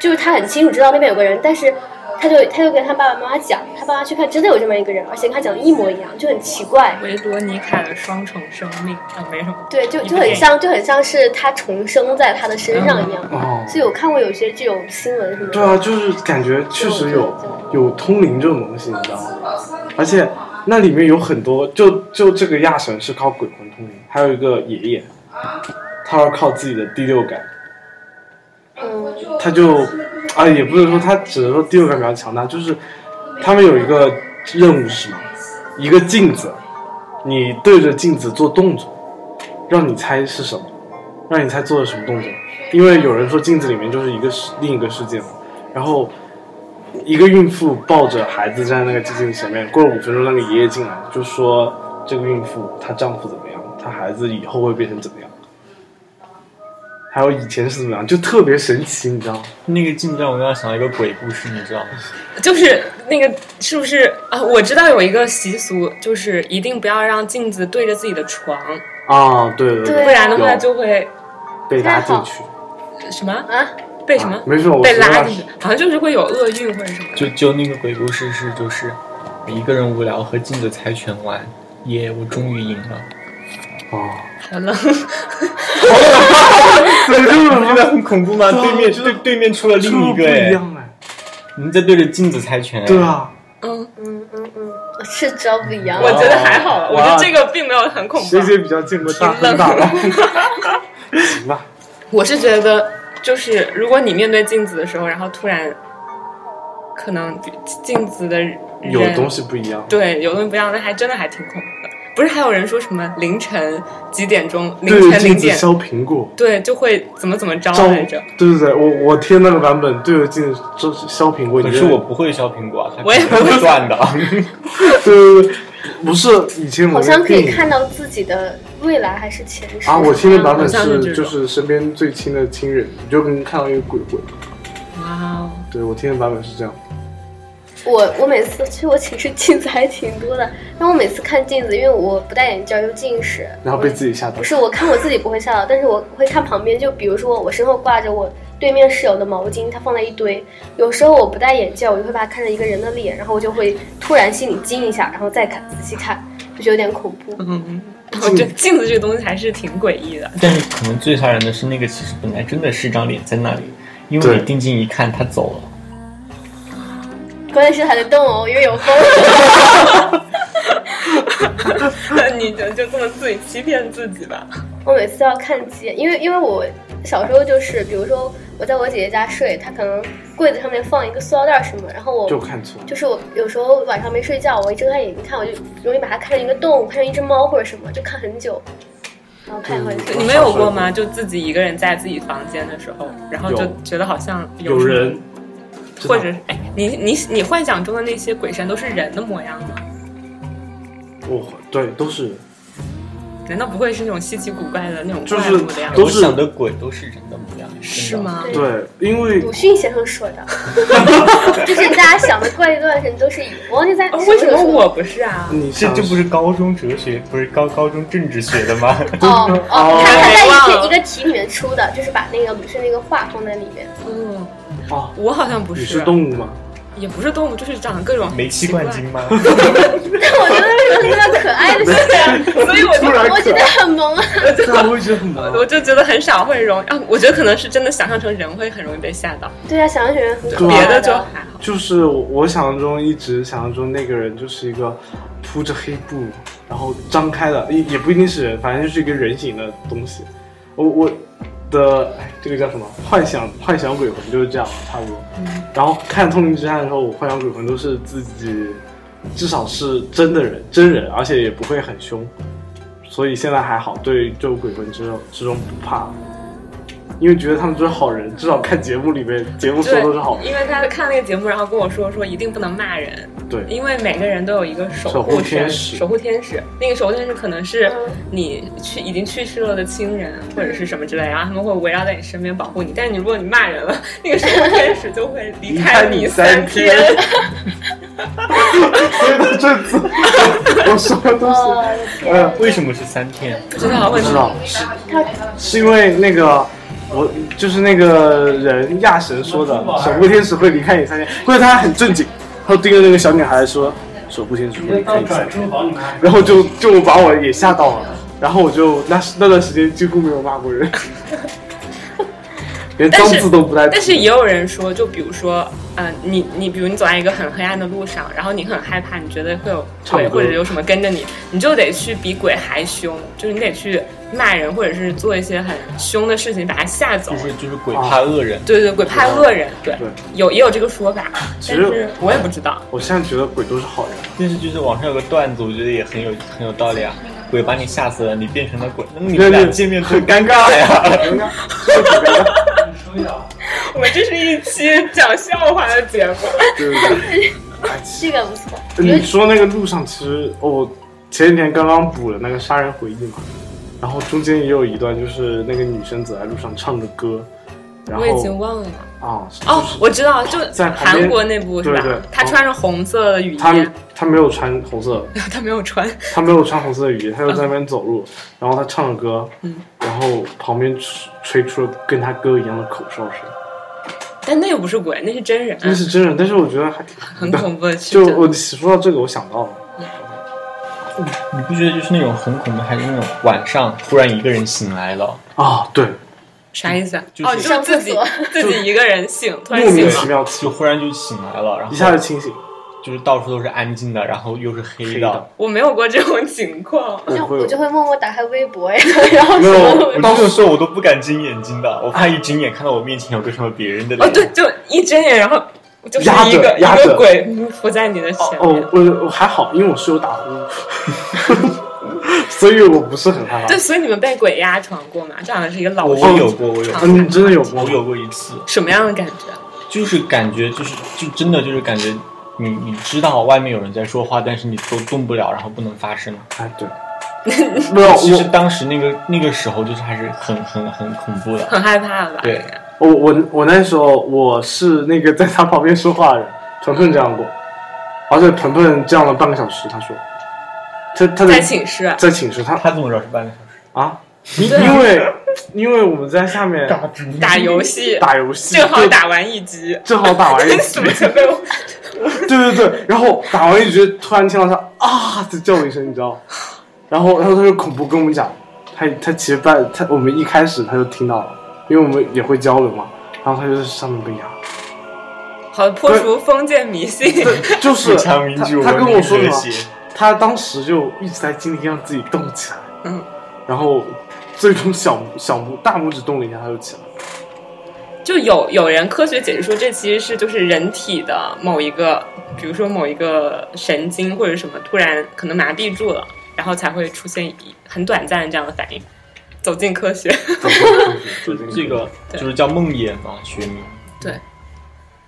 B: 就是她很清楚知道那边有个人，但是。她就她就跟她爸爸妈妈讲，她爸妈去看，真的有这么一个人，而且跟她讲的一模一样，就很奇怪。
A: 维罗妮卡的双重生命啊，没什么。
B: 对，就
A: 一部
B: 就
A: 电
B: 很
A: 影嗯
B: 像，就很像是她重生在她的身上一样。
C: 哦，
B: 所以我看过有些这种新闻什么的。
C: 对啊，就是感觉确实有有通灵这种东西，你知道吗？而且那里面有很多，就就这个亚神是靠鬼魂通灵，还有一个爷爷，他要靠自己的第六感，
B: 嗯，
C: 他就啊也不能说他只能说第六感比较强大，就是他们有一个任务是什么？一个镜子，你对着镜子做动作，让你猜是什么，让你猜做了什么动作，因为有人说镜子里面就是一个世另一个世界嘛，然后。一个孕妇抱着孩子站在那个镜子前面，过了五分钟，那个爷爷进来就说：“这个孕妇她丈夫怎么样？她孩子以后会变成怎么样？还有以前是怎么样？就特别神奇，你知道吗？
D: 那个进站，我刚刚想到一个鬼故事，你知道吗？
A: 就是那个是不是啊？我知道有一个习俗，就是一定不要让镜子对着自己的床，
C: 啊，对对
B: 对
A: 不然的话
C: 有
A: 就会
C: 被拉进去，
A: 什么
B: 啊，
A: 被什么
C: 啊没事，我
A: 被
C: 随便
A: 拉
C: 乱
A: 进去，好像就是会有厄运或者什么。
D: 就就那个鬼故事是就是，我一个人无聊和竞着猜拳玩，耶、我终于赢了。
C: 哦，
A: 好冷，
D: 这个很恐怖吗？
C: 啊
D: 对面对对面出了
C: 这
D: 另一
C: 不
D: 个
C: 一啊
D: 哎，
C: 样哎，
D: 你们在对着镜子猜拳哎。
C: 对啊，
A: 嗯，
B: 嗯嗯嗯，是只要不一样
A: 我。觉得还好了，我觉得这个并没有很恐怖
C: 谁。谁比较见过大风大浪？ 行吧，
A: 我是觉得，就是如果你面对镜子的时候，然后突然，可能镜子的人
C: 有东西不一样。
A: 对，有顿不一样，那还真的还挺恐怖的。不是还有人说什么凌晨几点钟，
C: 对
A: 凌
C: 着
A: 晨
C: 镜
A: 零
C: 子
A: 点，
C: 削苹果，
A: 对，就会怎么怎么着
C: 照
A: 来着？
C: 对对对，我我贴那个版本对着镜子削削苹果，
D: 可
C: 你
D: 是
C: 认
D: 我不会削苹果啊，它
A: 我也不会
D: 会断的。
C: 对对对，不是以前
B: 好
C: 我
B: 像
C: 们
B: 可
C: 电
B: 以
C: 影
B: 看到自己的未来还是前世
C: 啊，我听的版本
A: 好像是这种
C: 是就是身边最亲的亲人，你就跟看到一个鬼魂。
A: 哇哦，
C: 对我听的版本是这样，
B: 我我每次其实我寝室镜子还挺多的，但我每次看镜子，因为我不戴眼镜儿又近视，
C: 然后被自己吓到
B: 不。是我看我自己不会吓到，但是我会看旁边，就比如说我身后挂着我对面室友的毛巾，它放在一堆，有时候我不戴眼镜儿，我就会把它看成一个人的脸，然后我就会突然心里惊一下，然后再看仔细看，就觉得有点恐怖。
A: 嗯，我觉得镜子这个东西还是挺诡异的。
D: 但是可能最吓人的是那个，其实本来真的是一张脸在那里，因为
C: 对
D: 你定睛一看，它走了。
B: 关键是它在动哦，因为有风。
A: 你就就这么自己欺骗自己吧。
B: 我每次都要看几眼，因为因为我小时候就是，比如说我在我姐姐家睡，她可能柜子上面放一个塑料袋儿什么，然后我
C: 就看错，
B: 就是我有时候晚上没睡觉，我一睁开眼睛看，我就容易把它看成一个动物，看成一只猫或者什么，就看很久，然后看一会儿
C: 嗯
B: 就
A: 你们有过吗？就自己一个人在自己房间的时候，然后就
C: 有
A: 觉得好像
C: 有
A: 什么
C: 人，
A: 或者是哎，你你你幻想中的那些鬼神都是人的模样吗？
C: 我对都是
A: 难道不会是那种稀奇古怪的那种
C: 就
A: 怪
C: 是
A: 物的样子？
C: 都是
D: 我想的鬼都是人的模样，
A: 是
D: 真的？
A: 吗？
C: 对，因为
B: 哎鲁迅先生说的， 就是大家想的怪力乱神都是以，我忘记在
A: 啊为什么
B: 说
A: 我不是啊？
C: 你
D: 这
C: 想
D: 这不是高中哲学，不是高高中政治学的吗？
B: 哦
C: 哦
B: 哦，他他在一
A: 忘了
B: 个一个题里面出的，就是把那个鲁迅那个话放在里面，
A: 嗯，
C: 哦，
A: 我好像不
C: 你
A: 是，
C: 是动物吗？
A: 也不是动物，就是长得各种
D: 煤气罐精
A: 精，
D: 吗？
B: 但 我觉得为什么他妈可爱的是这样，
A: 所以我就
C: 突然
B: 我觉
C: 可
B: 得很萌啊。
C: 对啊，我也觉得很难。
A: 我就觉得很少会容啊，我觉得可能是真的想象成人会很容易被吓到，
C: 嗯
B: 对啊，小象雪人很可
C: 对啊
B: 爱
A: 别的就还好。
C: 就是我我想象中一直想象中那个人就是一个铺着黑布，然后张开了，也也不一定是人，反正就是一个人形的东西。我我的哎，这个叫什么？幻想幻想鬼魂就是这样，差不多。然后看《通灵之战》的时候，我幻想鬼魂都是自己，至少是真的人，真人，而且也不会很凶，所以现在还好，对这种鬼魂之中之中不怕。因为觉得他们都是好人，至少看节目里面，节目说
A: 对
C: 都是好人，。
A: 因为他看那个节目，然后跟我说说一定不能骂人，
C: 对，
A: 因为每个人都有一个守
C: 守护
A: 护神
C: 天使
A: 守护天使，那个守护天使可能是
B: 嗯
A: 你去已经去世了的亲人啊或者是什么之类，然后他们会围绕在你身边保护你。但是你如果你骂人了，那个守护天使就会离开你三 天。
C: 所以他这次我说的都
B: 哦
C: 是，
B: 天
C: 呃，
D: 为什么是三天？
A: 不知道为什
C: 不知道
A: 么，
C: 是因为那个我就是那个人亚神说的，守护天使会离开你三天，关键他还很正经，他就盯着那个小女孩说，守护天使会
E: 你
C: 离开
E: 到
C: 你三天，
E: 转支付宝里面还
C: 然后就就把我也吓到了，然后我就那时那段时间几乎没有骂过 人，连脏字都不带
A: 但是也有人说，就比如说，呃，你你比如你走在一个很黑暗的路上，然后你很害怕，你觉得会有
C: 唱
A: 鬼
C: 歌
A: 或者有什么跟着你，你就得去比鬼还凶，就是你得去骂人或者是做一些很凶的事情把他吓走
D: 就。是就是鬼怕恶人，
A: 对对，鬼怕恶人，对
C: 对，
A: 有也有这个说法，啊
C: 其
A: 但
C: 实
A: 是我也不知道。
C: 我现在觉得鬼都是好人，
D: 但是就是网上有个段子，我觉得也很有很有道理啊。鬼把你吓死了，你变成了鬼，那你们俩 见面多尴尬呀！
C: 尴尬，是不是尴尬
E: 收一下，
A: 我们这是一期讲笑话的节目，
C: 对对对，哎其实
B: 这个不错，
C: 你说那个路上，其实哦我前几天刚刚补了那个《杀人回忆》嘛，然后中间也有一段，就是那个女生走在路上唱着歌，然
A: 我已经
C: 后
A: 忘了。
C: 啊，
A: 哦，我知道，就
C: 在旁边
A: 韩国那部是吧
C: 对对？
A: 他穿着红色的雨衣，
C: 她她没有穿红色，
A: 他没有穿。
C: 她没有穿红色的雨衣，她就在那边走路，然后她唱着
A: 嗯嗯
C: 歌，然后旁边吹吹出了跟她歌一样的口哨声，
A: 但那又不是鬼，那是真人，
C: 那是真人，但是我觉得还 挺
A: 很恐怖的是
C: 就
A: 真的。
C: 我说到这个，我想到了，
D: 你不觉得就是那种很恐怖，还是那种晚上突然一个人醒来了，
C: 啊，对，
A: 啥意思啊？
D: 就是
A: 哦，你说自己
B: 上
A: 自己一个人醒，突然
C: 莫
A: 醒
C: 名
A: 了
C: 其。妙
D: 就忽然就醒来了，然
C: 一下
D: 后
C: 就清醒，
D: 就是到处都是安静的，然后又是黑
C: 黑
D: 的
C: 的，
A: 我没有过这种情况，
B: 就
C: 我嗯会
B: 我就
C: 有。
B: 会默默打开微博 呀，然后
C: 没
B: 什么
C: 有哦
B: 都
D: 我
C: 当
D: 那个时候我都不敢睁眼睛的，我怕一睁眼看到我面前有个什么别人的
A: 哦
D: 脸。
A: 对，就一睁眼，然后就是
C: 压着
A: 一个
C: 压
A: 一
C: 着
A: 个鬼伏在你的前面，
C: 哦，我我还好，因为我室友打呼， 所以我不是很害怕
A: 对，。所以你们被鬼压床过吗？这好像是一个老
D: 我
A: 话
D: 我有过，我有，
A: 常
D: 过，
A: 见
C: 嗯，真的有过
D: 我有过一次，
A: 什么样的感觉？
D: 就是感觉就是就真的就是感觉你你知道外面有人在说话，但是你都动不了，然后不能发声。
C: 哎，对， 没有
D: 其实
C: 哦我
D: 当时那个那个时候就是还是很很很恐怖的。
A: 很害怕吧？
D: 对，
C: 我我我那时候我是那个在他旁边说话的人，腾腾这样过，而且腾腾这样了半个小时，他说，他他
A: 在寝室，
C: 在寝室，他
D: 他怎么知道是半个小时？
C: 啊，因因为因为我们在下面
A: 打游戏，
C: 打游戏，
A: 正好
C: 对
A: 打完一 局，
C: 正好打完一局
A: 怎，么就被我
C: 对 对对，然后打完一局，突然听到他啊的叫一声，你知道吗？然后然后他就恐怖跟我们讲，他他其实半他我们一开始他就听到了，因为我们也会交流嘛，然后他就在上面被压，
A: 好破除封建迷信？
C: 对， 就是
D: 自强民
C: 他
D: 主，
C: 他跟我说什
D: 文明
C: 么
D: 和，谐
C: 他当时就一直在尽力让自己动起来，
A: 嗯，
C: 然后最终小小拇大拇指动了一下，他就起来了，
A: 就有有人科学解释说，这其实是就是人体的某一个，比如说某一个神经或者什么突然可能麻痹住了，然后才会出现一很短暂的这样的反应。走进科学，
C: 走过去走进去
D: 这个
A: 对
D: 就是叫梦魇嘛，学名。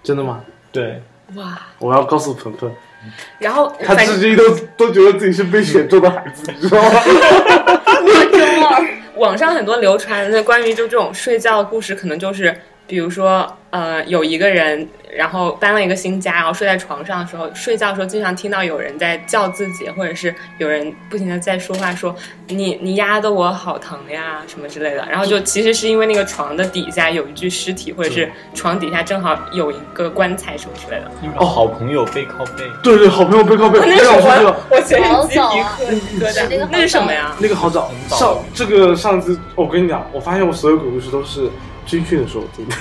C: 真的吗？
D: 对，
A: 哇！
C: 我要告诉鹏鹏，
A: 然后
C: 他
A: 反
C: 至
A: 正
C: 今都都觉得自己是被选中的孩子，你知道吗？
B: 中二，
A: 网上很多流传的关于就这种睡觉的故事，可能就是比如说呃，有一个人然后搬了一个新家，然后睡在床上的时候，睡觉的时候经常听到有人在叫自己，或者是有人不停的在说话说，你你压的我好疼呀什么之类的。然后就其实是因为那个床的底下有一具尸体，或者是床底下正好有一个棺材什么之类的。
D: 因为好朋友背靠背，
C: 对对，好朋友背靠背，哎
A: 那
C: 我
A: 是
C: 想说这个
A: 我我全身鸡皮
B: 好
A: 疙
B: 那个
A: 瘩
B: 好，
A: 啊那是什么呀？
C: 那个好找。
D: 很早
C: 上这个上次我跟你讲，我发现我所有鬼故事都是军训的时候听的，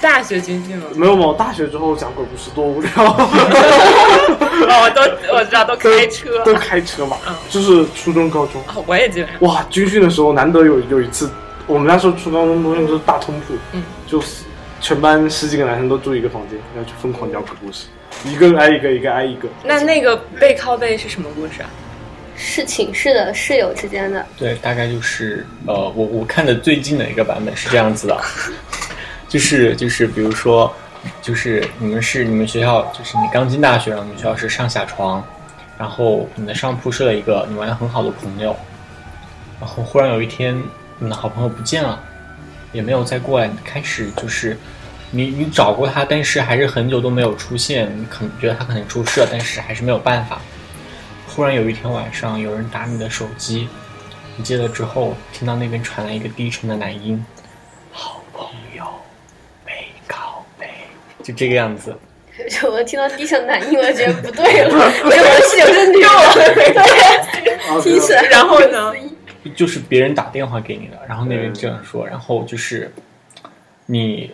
A: 大学军训吗？
C: 没有吗？我大学之后讲鬼故事多无聊，
A: 哦，我都我知道，都 开车。
C: 都开车嘛
A: 嗯，
C: 就是初中、高中。
A: 哦，我也基本上
C: 哇，军训的时候难得有有一次，我们那时候初高中都用的是大通铺，
A: 嗯
C: 就是全班十几个男生都住一个房间，然后就疯狂讲鬼故事，一个挨一个，一个挨一个。
A: 那那个背靠背是什么故事啊？
B: 是寝室的室友之间的，
D: 对，大概就是呃，我我看的最近的一个版本是这样子的， 就是就是比如说，就是你们是你们学校，就是你刚进大学，然后你们学校是上下床，然后你的上铺睡了一个你玩的很好的朋友，然后忽然有一天你的好朋友不见了，也没有再过来，你开始就是。你你找过他，但是还是很久都没有出现，你可能觉得他可能出事了，但是还是没有办法。忽然有一天晚上，有人打你的手机，你接了之后，听到那边传来一个低沉的男音：“好朋友，背靠背。”就这个样子，
B: 就我听到低沉男音，我就觉得不对了， 我觉得我的室友是女的，对，听起来
A: 然后呢？
D: 就是别人打电话给你的，然后那边
C: 嗯
D: 这样说，然后就是你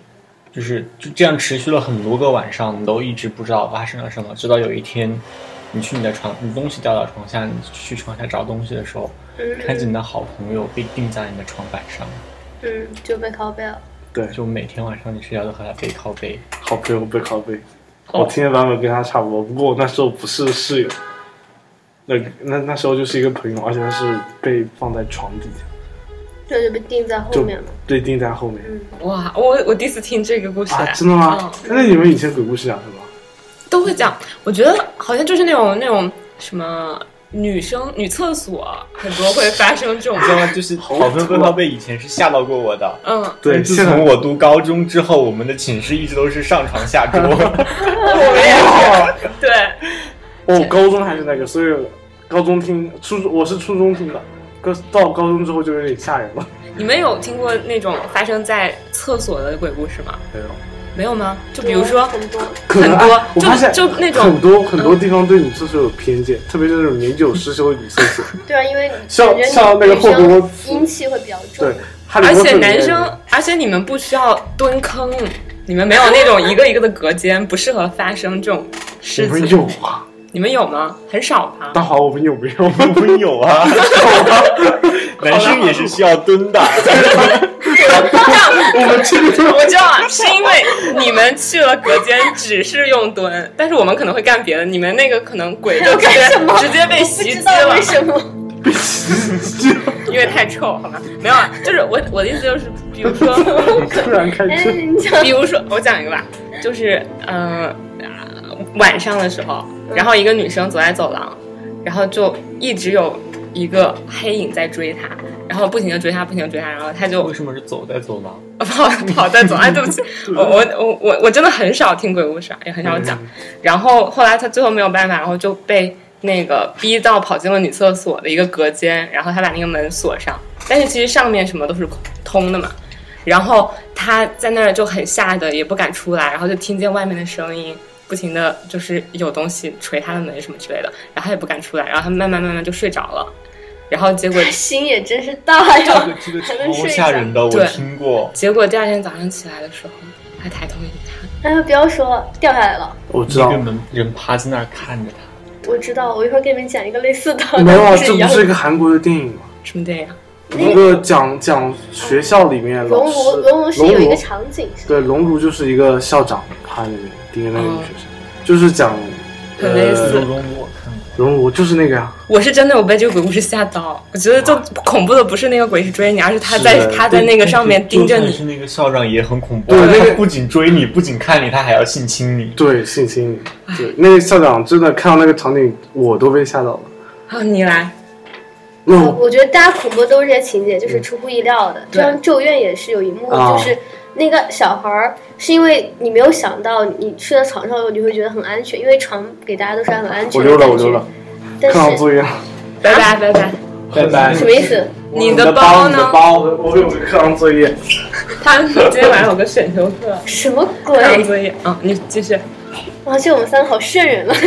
D: 就是就这样持续了很多个晚上，你都一直不知道发生了什么，直到有一天。你去你的床，你东西掉到床下，你去床下找东西的时候，看见你的好朋友被钉在你的床板上，
B: 嗯，就背靠背了。
C: 对，
D: 就每天晚上你睡觉都和他背靠背。
C: 好朋友背靠背，
A: 哦
C: 我听的版本跟他差不多，不过我那时候不是室友，那那那时候就是一个朋友，而且他是被放在床底下，
B: 这就被钉在后
C: 就
B: 面了。
C: 被钉在后面。
B: 嗯，
A: 哇，我我第一次听这个故事、
C: 啊，真的吗？
A: 嗯，
C: 那你们以前鬼故事讲什么？
A: 都会讲。我觉得好像就是那种那种什么女生女厕所很多会发生 这种，
D: 知道吗？就是好朋友背靠背以前是吓到过我的。
A: 嗯，
C: 对，
D: 自
C: 现在
D: 从 我读高中之后，我们的寝室一直都是上床下桌。
A: 对，
C: 我高中还是那个，所以高中听初中我是初中听的，可到高中之后就有点吓人了。
A: 你们有听过那种发生在厕所的鬼故事吗？
C: 没有，
A: 没有吗？就比如说
B: 很多，
C: 可能
A: 很多
C: 哎我
A: 就
C: 发现
A: 就那种
C: 很多很多地方对女厕所有偏见，特别是那种年久失修的女厕
A: 嗯
C: 所。
B: 对啊，因为
C: 像
B: 感觉
C: 像那个
B: 女
C: 霍格沃
B: 生
C: 茨
B: 阴气会比较重
C: 对，，哈利
A: 而
C: 波特
A: 且
C: 里面
A: 男生，而且你们不需要蹲坑，你们没有那种一个一个的隔间，不适合发生这种
C: 我
A: 事
C: 们
A: 情。
C: 有啊，
A: 你们有吗？很少吧。
C: 大华我们有没有？
D: 我们有啊，男生也是需要蹲的。
A: 我们去， 我知道了，是因为你们去了隔间只是用蹲，但是我们可能会干别的。你们那个可能鬼就直接直接被袭击
B: 知道
A: 了
B: 为，什么？
A: 因为太臭，好吗？没有，啊，就是我我的意思就是，比如说，
C: 突然开
B: 哎，
C: 车，
B: 你讲
A: 比如说我讲一个吧，就是嗯、呃晚上的时候，然后一个女生走在走廊，然后就一直有一个黑影在追她，然后不停的追她，不停的追她，然后她就
D: 为什么是走在走廊？
A: 跑跑在走，哎，对不起，我我我我我真的很少听鬼故事，也很少讲。然后后来他最后没有办法，然后就被那个逼到跑进了女厕所的一个隔间，然后他把那个门锁上，但是其实上面什么都是通的嘛。然后他在那儿就很吓得也不敢出来，然后就听见外面的声音，不停的就是有东西捶他的门什么之类的，然后他也不敢出来，然后他慢慢慢慢就睡着了，然后结果
B: 心也真是大
D: 这
B: 呀
D: 个，这个
B: 还能
D: 超
B: 睡
D: 吓
B: 着
D: 人的，我
A: 对
D: 听过。
A: 结果第二天早上起来的时候，他抬头一看。
B: 哎呦，不要说了掉下来了。
C: 我知
D: 一
C: 道
D: 个。门人趴在那儿看着他，
B: 我知道，我一会儿给你们讲一个类似的，
C: 没有啊，
B: 但
C: 这
B: 一
C: 不
B: 样的
C: 是一个韩国的电影吗？
A: 什么电影啊？
C: 那个讲讲学校里面老
B: 熔
C: 师，
B: 炉，熔炉是有一个场景是吧？
C: 对，龙如就是一个校长趴里面盯着那个女学生，
B: 嗯
C: 就是讲
A: 很类似
D: 周
C: 呃，
D: 中我看过。
C: 龙如就是那个呀、
A: 我是真的有被这个鬼故事吓到，我觉得就恐怖的不是那个鬼是追你，而是他在
C: 是
A: 他在那个上面盯着
D: 就算是
A: 你。
D: 那个校长也很恐怖。
C: 对那个
D: 他不仅追你，不仅看你，他还要性侵你。
C: 对，性侵你，对，那个校长真的看到那个场景，我都被吓到了。
A: 好，啊你来，
C: 那
B: 呃
C: 我
B: 我觉得大家恐怖的都是这些情节，就是出乎意料的。就
A: 对
B: 像《咒怨》也是有一幕，
C: 嗯啊
B: 就是那个小孩儿是因为你没有想到，你睡在床上你会觉得很安全，因为床给大家都是很安全
C: 我
B: 的
C: 溜了，
B: 感
C: 我溜
B: 觉
C: 了，。
B: 但
C: 看
B: 是
C: 好作业了，
A: 拜拜拜拜。
C: 拜拜
B: 什么意思？
A: 你
C: 的
A: 的包
C: 你
A: 呢
C: 的包，我有个课堂作业，
A: 他们今天晚上有个选修课，
B: 什么
A: 看
B: 鬼？
A: 作业啊，你继续。
B: 而且我们三个好瘆人了，啊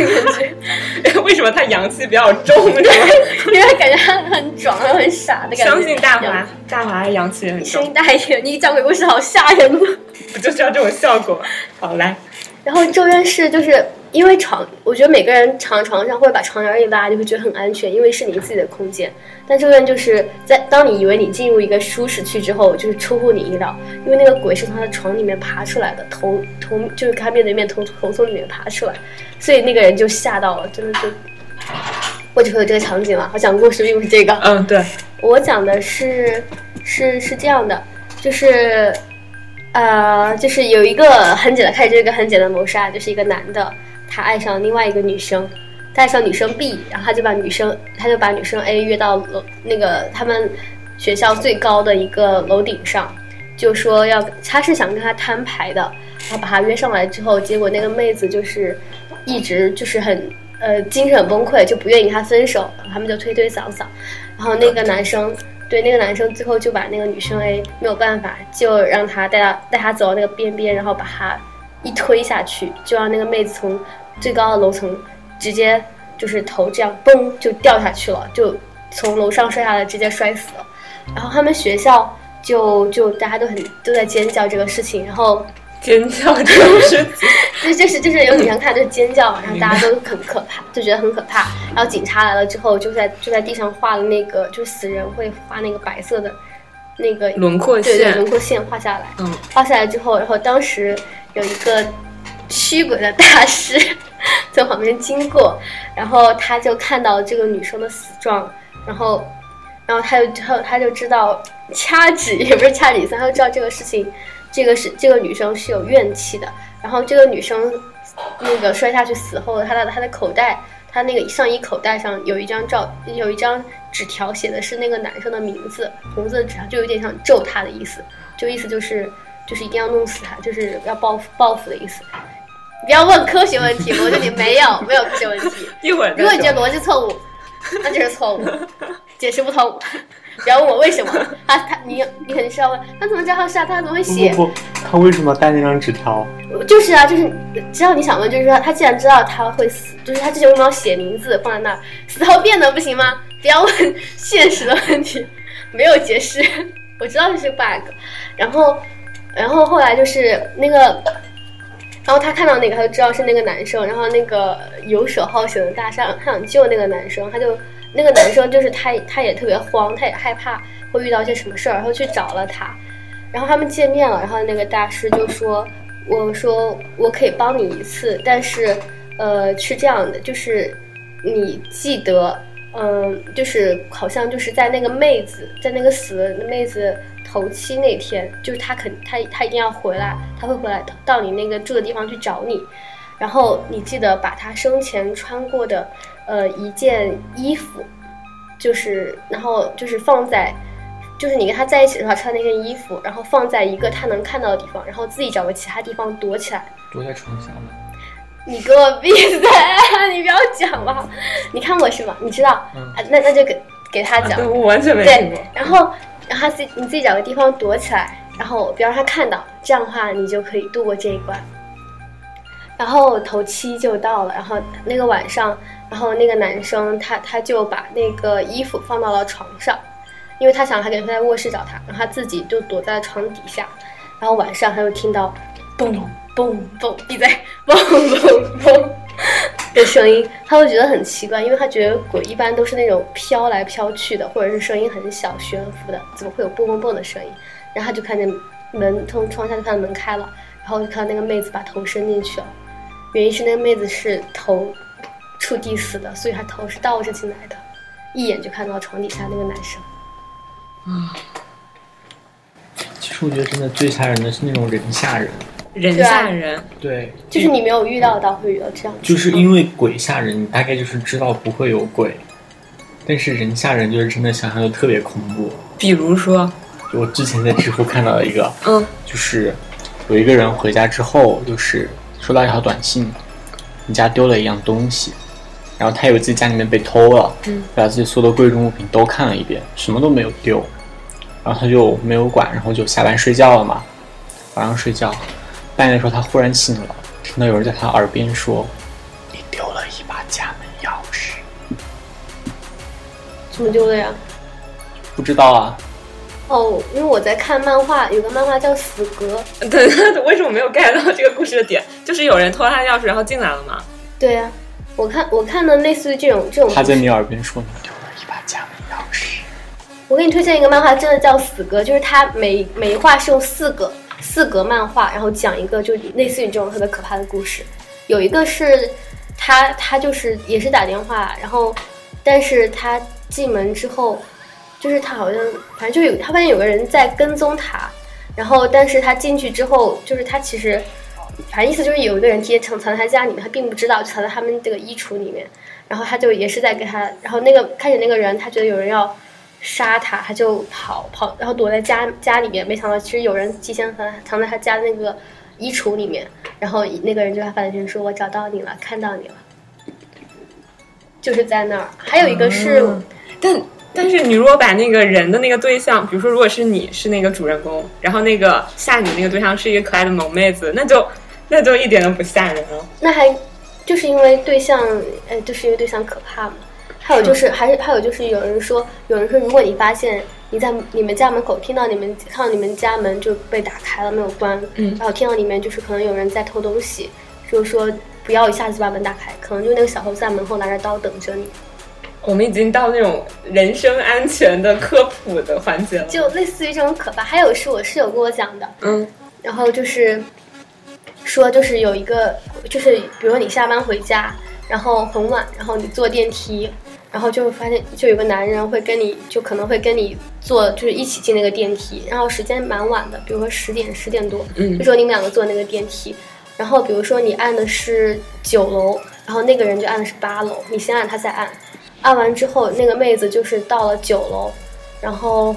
B: 感觉，
A: 为什么他阳气比较重？是吗
B: 因为感觉他很壮，然后很傻的 感觉。
A: 相信大华，大华阳气也很
B: 声
A: 重，
B: 音大一点，你讲鬼故事好吓人啊呢。
A: 不就是要这种效果？好，来，
B: 然后咒怨是就是因为床，我觉得每个人躺床上或者把床帘一拉，就会觉得很安全，因为是你自己的空间。但咒怨就是在当你以为你进入一个舒适区之后，就是出乎你意料，因为那个鬼是从他的床里面爬出来的，头头就是他面对面从头从里面爬出来，所以那个人就吓到了，真的就。我只会有这个场景了，我讲故事并不是这个。
A: 嗯，对，
B: 我讲的是是是这样的，就是呃，就是有一个很简单，开始就是一个很简单的谋杀，就是一个男的他爱上另外一个女生，他爱上女生 B，然后他就把女生他就把女生 A 约到楼那个他们学校最高的一个楼顶上，就说要他是想跟她摊牌的，然后把她约上来之后，结果那个妹子就是一直就是很。呃，精神崩溃就不愿意跟他分手，他们就推推搡搡，然后那个男生，对那个男生最后就把那个女生 A 没有办法，就让他带他带他走到那个边边，然后把他一推下去，就让那个妹子从最高的楼层直接就是头这样嘣就掉下去了，就从楼上摔下来，直接摔死了。然后他们学校就就大家都很都在尖叫这个事情，然后
A: 尖叫这种事情，
B: 就就是就是有女生看就是尖叫，然后大家都很可怕，就觉得很可怕。然后警察来了之后，就在就在地上画了那个，就是死人会画那个白色的那个
A: 轮廓
B: 对对
A: 线
B: 轮，廓线画下来。
A: 嗯，
B: 画下来之后，然后当时有一个驱鬼的大师 从旁边经过，然后他就看到这个女生的死状，然后，然后他就他他就知道掐指也不是掐指一算，他就知道这个事情，这个是这个女生是有怨气的。然后这个女生那个摔下去死后，她的她的口袋，她那个上衣口袋上有一张照，有一张纸条，写的是那个男生的名字，红色的纸条，就有点像咒他的意思，就意思就是就是一定要弄死他，就是要报复报复的意思。你不要问科学问题，我这里没有 没有科学问题。
A: 一会儿再
B: 如果你
A: 说
B: 觉得逻辑错误，那就是错误，解释不通。你要问我为什么？他他你你肯定是要问他怎么知道他是啊？他怎么会写？
D: 不不，他为什么带那张纸条？
B: 就是啊，就是只要你想问，就是说他既然知道他会死，就是他之前为什么要写名字放在那儿？死后变的不行吗？不要问现实的问题，没有解释。我知道这是 bug，然后，然后后来就是那个，然后他看到那个，他就知道是那个男生，然后那个游手好闲的大象，他想救那个男生，他就那个男生就是他，他也特别慌，他也害怕会遇到一些什么事儿，然后去找了他，然后他们见面了，然后那个大师就说，我说我可以帮你一次，但是，呃，是这样的，就是你记得嗯，就是好像就是在那个妹子，在那个死了的妹子头七那天，就是她肯她她一定要回来，她会回来到你那个住的地方去找你。然后你记得把她生前穿过的呃一件衣服，就是然后就是放在，就是你跟她在一起的时候穿那件衣服，然后放在一个她能看到的地方，然后自己找个其他地方躲起来。
D: 躲在床下吗？
B: 你给我闭嘴！啊 你不要讲了，你看过是吗？你知道？
D: 嗯
B: 啊，那那就给给他讲
A: 啊对，。我完全没
B: 对
A: 听过。
B: 然后，然后他自己你自己找个地方躲起来，然后别让他看到，这样的话你就可以度过这一关。然后头七就到了，然后那个晚上，然后那个男生他他就把那个衣服放到了床上，因为他想他肯定会在卧室找他，然后他自己就躲在床底下，然后晚上他就听到嘣嘣嘣，闭嘴，嘣嘣嘣的声音，他会觉得很奇怪，因为他觉得鬼一般都是那种飘来飘去的，或者是声音很小悬浮的，怎么会有嘣嘣嘣的声音？然后他就看见门从窗下就看到门开了，然后就看到那个妹子把头伸进去了，原因是那个妹子是头触地死的，所以她头是倒着进来的，一眼就看到床底下那个男生。
D: 其实我觉得真的最吓人的是那种人吓人。
A: 人
B: 对啊
A: 吓人，
D: 对，
B: 就是你没有遇到到会遇到这样的情况，
D: 就是因为鬼吓人，你大概就是知道不会有鬼，但是人吓人就是真的想象就特别恐怖。
A: 比如说，
D: 就我之前在知乎看到一个，
A: 嗯，
D: 就是有一个人回家之后，就是收到一条短信，你家丢了一样东西，然后他以为自己家里面被偷了，
A: 嗯，
D: 把自己所有的贵重物品都看了一遍，什么都没有丢，然后他就没有管，然后就下班睡觉了嘛，晚上睡觉，半夜的时候他忽然醒了，听到有人在他耳边说：“你丢了一把家门钥匙。”
B: 怎么丢的呀？
D: 不知道啊，
B: 哦，因为我在看漫画，有个漫画叫《死格》，
A: 对，为什么没有 get 到这个故事的点？就是有人偷他钥匙，然后进来了嘛。
B: 对呀、我看我看的类似于这种这种
D: 他在你耳边说：“你丢了一把家门钥匙。”
B: 我给你推荐一个漫画，真的叫《死格》，就是它每每一画是用四个四格漫画，然后讲一个就类似于这种特别可怕的故事。有一个是他他就是也是打电话，然后但是他进门之后，就是他好像反正就有他发现有个人在跟踪他，然后但是他进去之后，就是他其实反正意思就是有一个人贴藏藏在他家里面，他并不知道藏在他们这个衣橱里面，然后他就也是在给他，然后那个看见那个人，他觉得有人要杀他，他就跑跑，然后躲在家家里面，没想到其实有人提前藏在藏在他家那个衣橱里面，然后那个人就跟他范先生说：“我找到你了，看到你了。”就是在那儿，还有一个是、
A: 嗯但但是你如果把那个人的那个对象，比如说如果是你是那个主人公，然后那个吓你的那个对象是一个可爱的萌妹子，那就那就一点都不吓人了。
B: 那还就是因为对象，呃，就是因为对象可怕嘛。还有就是，还是还有就是，有人说，有人说，如果你发现你在你们家门口听到你们看到你们家门就被打开了没有关，
A: 嗯
B: 然后听到里面就是可能有人在偷东西，就是说不要一下子把门打开，可能就那个小偷在门后拿着刀等着你，
A: 我们已经到那种人身安全的科普的环节了。
B: 就类似于这种可怕。还有是我室友跟我讲的，
A: 嗯，
B: 然后就是说，就是有一个，就是比如你下班回家，然后很晚，然后你坐电梯，然后就会发现就有个男人会跟你，就可能会跟你坐，就是一起进那个电梯，然后时间蛮晚的，比如说十点、十点多，
A: 嗯
B: 就说你们两个坐那个电梯，然后比如说你按的是九楼，然后那个人就按的是八楼，你先按，他再按，按完之后，那个妹子就是到了九楼，然后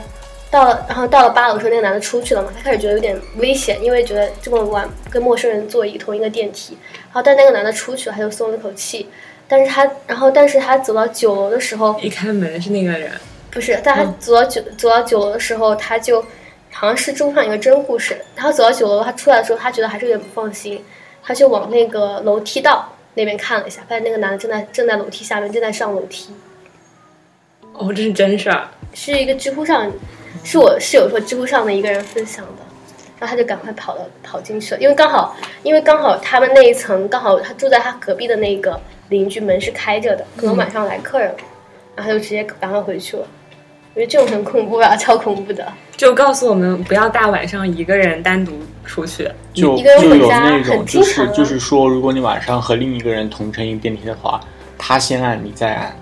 B: 到了，然后到了八楼的时候，那个男的出去了嘛，他开始觉得有点危险，因为觉得这么晚跟陌生人坐一同一个电梯，然后但那个男的出去了，他就松了一口气，但是他，然后但是他走到九楼的时候，
A: 一开门是那个人，
B: 不是，但他走到九、走到九楼的时候，他就好像是中上一个真护士。然后走到九楼，他出来的时候，他觉得还是有点不放心，他就往那个楼梯道那边看了一下，发现那个男的正在正在楼梯下面正在上楼梯，
A: 哦，这是真事儿。
B: 是一个知乎上，是我室友说知乎上的一个人分享的。然后他就赶快跑了，跑进去了，因为刚好，因为刚好他们那一层刚好他住在他隔壁的那个邻居门是开着的，可能晚上来客人了，然后他就直接赶快回去了。我觉得这种很恐怖啊，超恐怖的。
A: 就告诉我们不要大晚上一个人单独出去。
D: 就
B: 一个人
D: 就
B: 回
D: 有
B: 家
D: 那
B: 很
D: 种，
B: 经
D: 就是
B: 常啊
D: 就是说，如果你晚上和另一个人同乘一个电梯的话，他先按，你再按，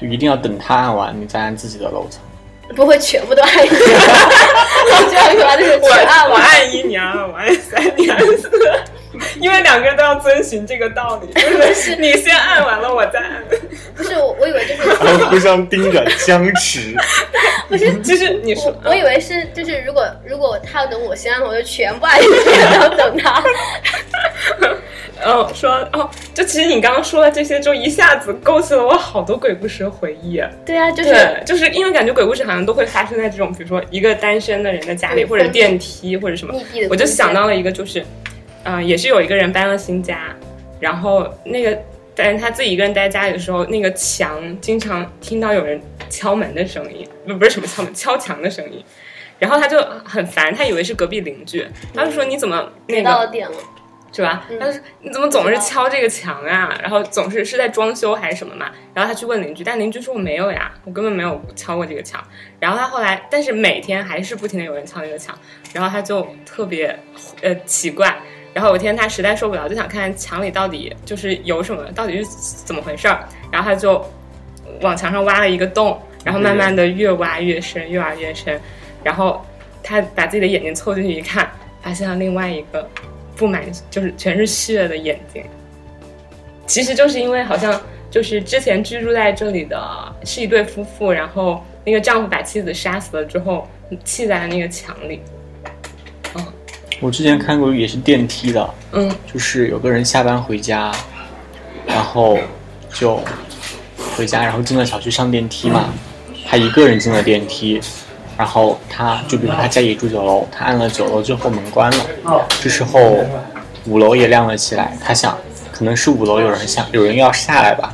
D: 就一定要等他按完，你再按自己的楼层。
B: 不会全部都爱你，我觉得很可怕，就是
A: 我
B: 全爱
A: 我
B: 我。
A: 按一，你按二，我按三，你按四，因为两个人都要遵循这个道理，就是你先按完了，我再按。
B: 不是，我我以为就是，
D: 然 后互相盯着僵持，
A: 不是，就是你说
B: 我，我以为是就是，如果如果他要等我先按的话，我就全部按一遍，然后等他。
A: 嗯，说哦，就其实你刚刚说了这些之后，一下子勾起了我好多鬼故事的回忆。
B: 对啊，就是
A: 对，就是因为感觉鬼故事好像都会发生在这种，比如说一个单身的人的家里，
B: 嗯
A: 或者电梯，或者什么。
B: 密闭的空间。
A: 我就想到了一个，就是，呃，也是有一个人搬了新家，然后那个，但是他自己一个人待家里的时候，那个墙经常听到有人敲门的声音，不不是什么敲门，敲墙的声音，然后他就很烦，他以为是隔壁邻居，他就说你怎么那
B: 嗯给
A: 个
B: 到了点了，
A: 是吧？
B: 嗯
A: 他就说你怎么总是敲这个墙啊？然后总是是在装修还是什么嘛？然后他去问邻居，但邻居说我没有呀，我根本没有敲过这个墙。然后他后来，但是每天还是不停的有人敲这个墙，然后他就特别呃奇怪。然后有一天他实在受不了，就想看看墙里到底就是有什么，到底是怎么回事儿。然后他就往墙上挖了一个洞，然后慢慢的越挖越深，越挖越深。然后他把自己的眼睛凑进去一看，发现了另外一个布满就是全是血的眼睛。其实就是因为好像就是之前居住在这里的是一对夫妇，然后那个丈夫把妻子杀死了之后，砌在了那个墙里。
D: 我之前看过也是电梯的，
A: 嗯，
D: 就是有个人下班回家，然后就回家，然后进了小区上电梯嘛，他一个人进了电梯，然后他就比如他家也住九楼，他按了九楼之后门关了，
E: 啊，
D: 这时候五楼也亮了起来，他想可能是五楼有人下有人要下来吧，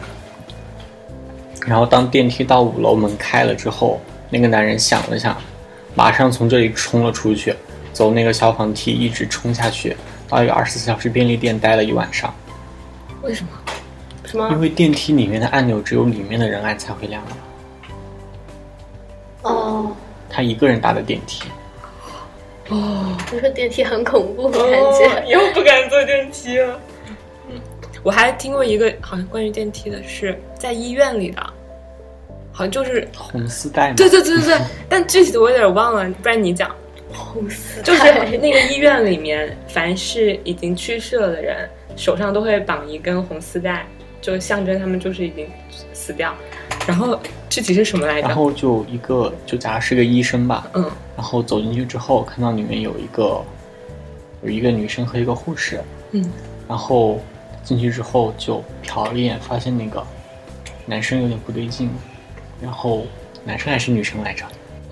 D: 然后当电梯到五楼门开了之后，那个男人想了想，马上从这里冲了出去，走那个消防梯一直冲下去，到一个二十四小时便利店待了一晚上。
A: 为什么？
B: 什
D: 因
B: 么？
D: 为电梯里面的按钮只有里面的人按才会亮啊，
B: 哦，
D: 他一个人搭的电梯，
B: 你说电梯很恐怖，感
A: 哦
B: 觉。，
A: 以后不敢坐电梯啊了。嗯，我还听过一个好像关于电梯的是在医院里的，好像就是
D: 红丝带嘛。
A: 对对对对对， 但具体的我有点忘了，不然你 讲。
B: 红丝
A: 就是
B: 带
A: 那个医院里面，凡是已经去世了的人，手上都会绑一根红丝带，就象征他们就是已经死掉。然后具体是什么来
D: 然
A: 着？
D: 后就一个，就假如是个医生吧，
A: 嗯，
D: 然后走进去之后，看到里面有一个有一个女生和一个护士，
A: 嗯，
D: 然后进去之后就瞟了一眼，发现那个男生有点不对劲，然后男生还是女生来着？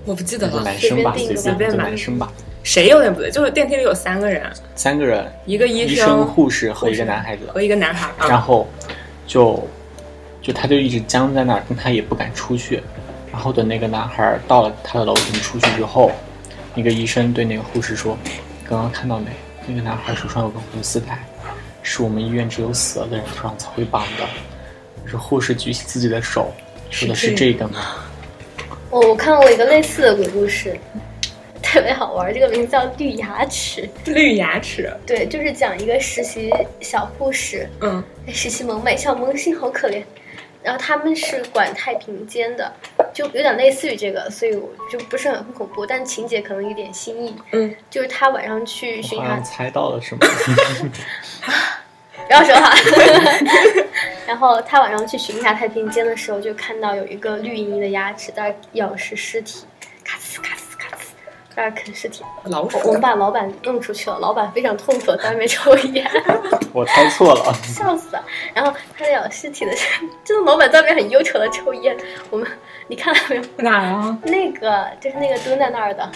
A: 我不记得
D: 那就
A: 了。
D: 男生吧，
B: 随
D: 随
A: 一个吧随
B: 便定
D: 便
A: 便
D: 就
A: 吧
D: 男生吧，
A: 谁有点不对？就是电梯里有三个人，
D: 三个人，
A: 一个医
D: 医
A: 生
D: 护士和一个男孩子，
A: 和一个男孩啊。
D: 然后就就他就一直僵在那儿，但他也不敢出去。然后等那个男孩儿到了他的楼层出去之后，那个医生对那个护士说：“刚刚看到没？那个男孩手上有个红丝带，是我们医院只有死了的人手上才会绑的。”是护士举起自己的手，说的是
A: 是
D: 这个吗？
B: 哦我我看过一个类似的鬼故事，特别好玩，这个名字叫《绿牙齿》。
A: 绿牙齿，
B: 对，就是讲一个实习小护士，
A: 嗯，
B: 实习萌妹，小萌新好可怜。然后他们是管太平间的，就有点类似于这个，所以我就不是很很恐怖，但情节可能有点新意。
A: 嗯，
B: 就是他晚上去
D: 我
B: 巡
D: 好
B: 查
D: 像猜到了什么。
B: 不要说 话。然后他晚上去巡查太平间的时候，就看到有一个绿莹莹的牙齿在咬食尸体，咔呲咔呲咔呲。这儿啃尸体。
G: 老
B: 我我们把老板弄出去了，老板非常痛苦，在外面抽烟，
D: 我抄错了，
B: 笑死了。然后他在咬尸体的，这个老板在外面很忧愁的抽烟。我们你看到没有？
A: 哪啊？
B: 那个就是那个蹲在那儿的，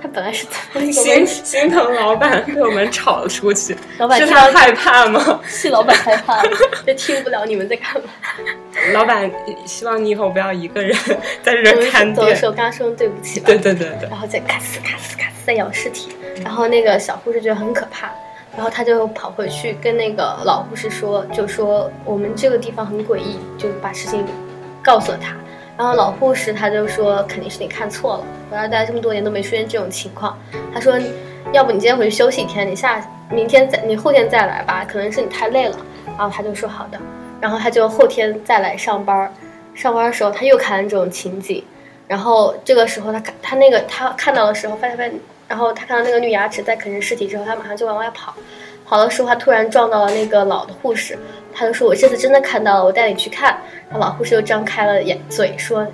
B: 他本来是蹲那个位
A: 心
B: 置，
A: 心疼老板被我们炒了出去，
B: 老板
A: 是
B: 听
A: 他
B: 到
A: 害怕吗？
B: 是老板害 怕了，就听不了你们在干嘛。
A: 老板，希望你以后不要一个人 在这
B: 我
A: 儿看
B: 们走的
A: 店
B: 时。候跟他说对不起吧
A: 对，对对对，
B: 然后再咔呲咔呲咔呲在咬尸体，然后那个小护士觉得很可怕，然后他就跑回去跟那个老护士说，就说我们这个地方很诡异，就把事情告诉了他。然后老护士他就说肯定是你看错了，我让大家这么多年都没出现这种情况。他说，要不你今天回去休息一天，你下明天再你后天再来吧，可能是你太累了。然后他就说好的，然后他就后天再来上班儿。上班的时候他又看到这种情景，然后这个时候他看他那个他看到的时候，发现发现，然后他看到那个绿牙齿在啃食尸体之后，他马上就往外跑。跑的时候，他突然撞到了那个老的护士，他就说：“我这次真的看到了，我带你去看。”然后老护士又张开了眼嘴说：“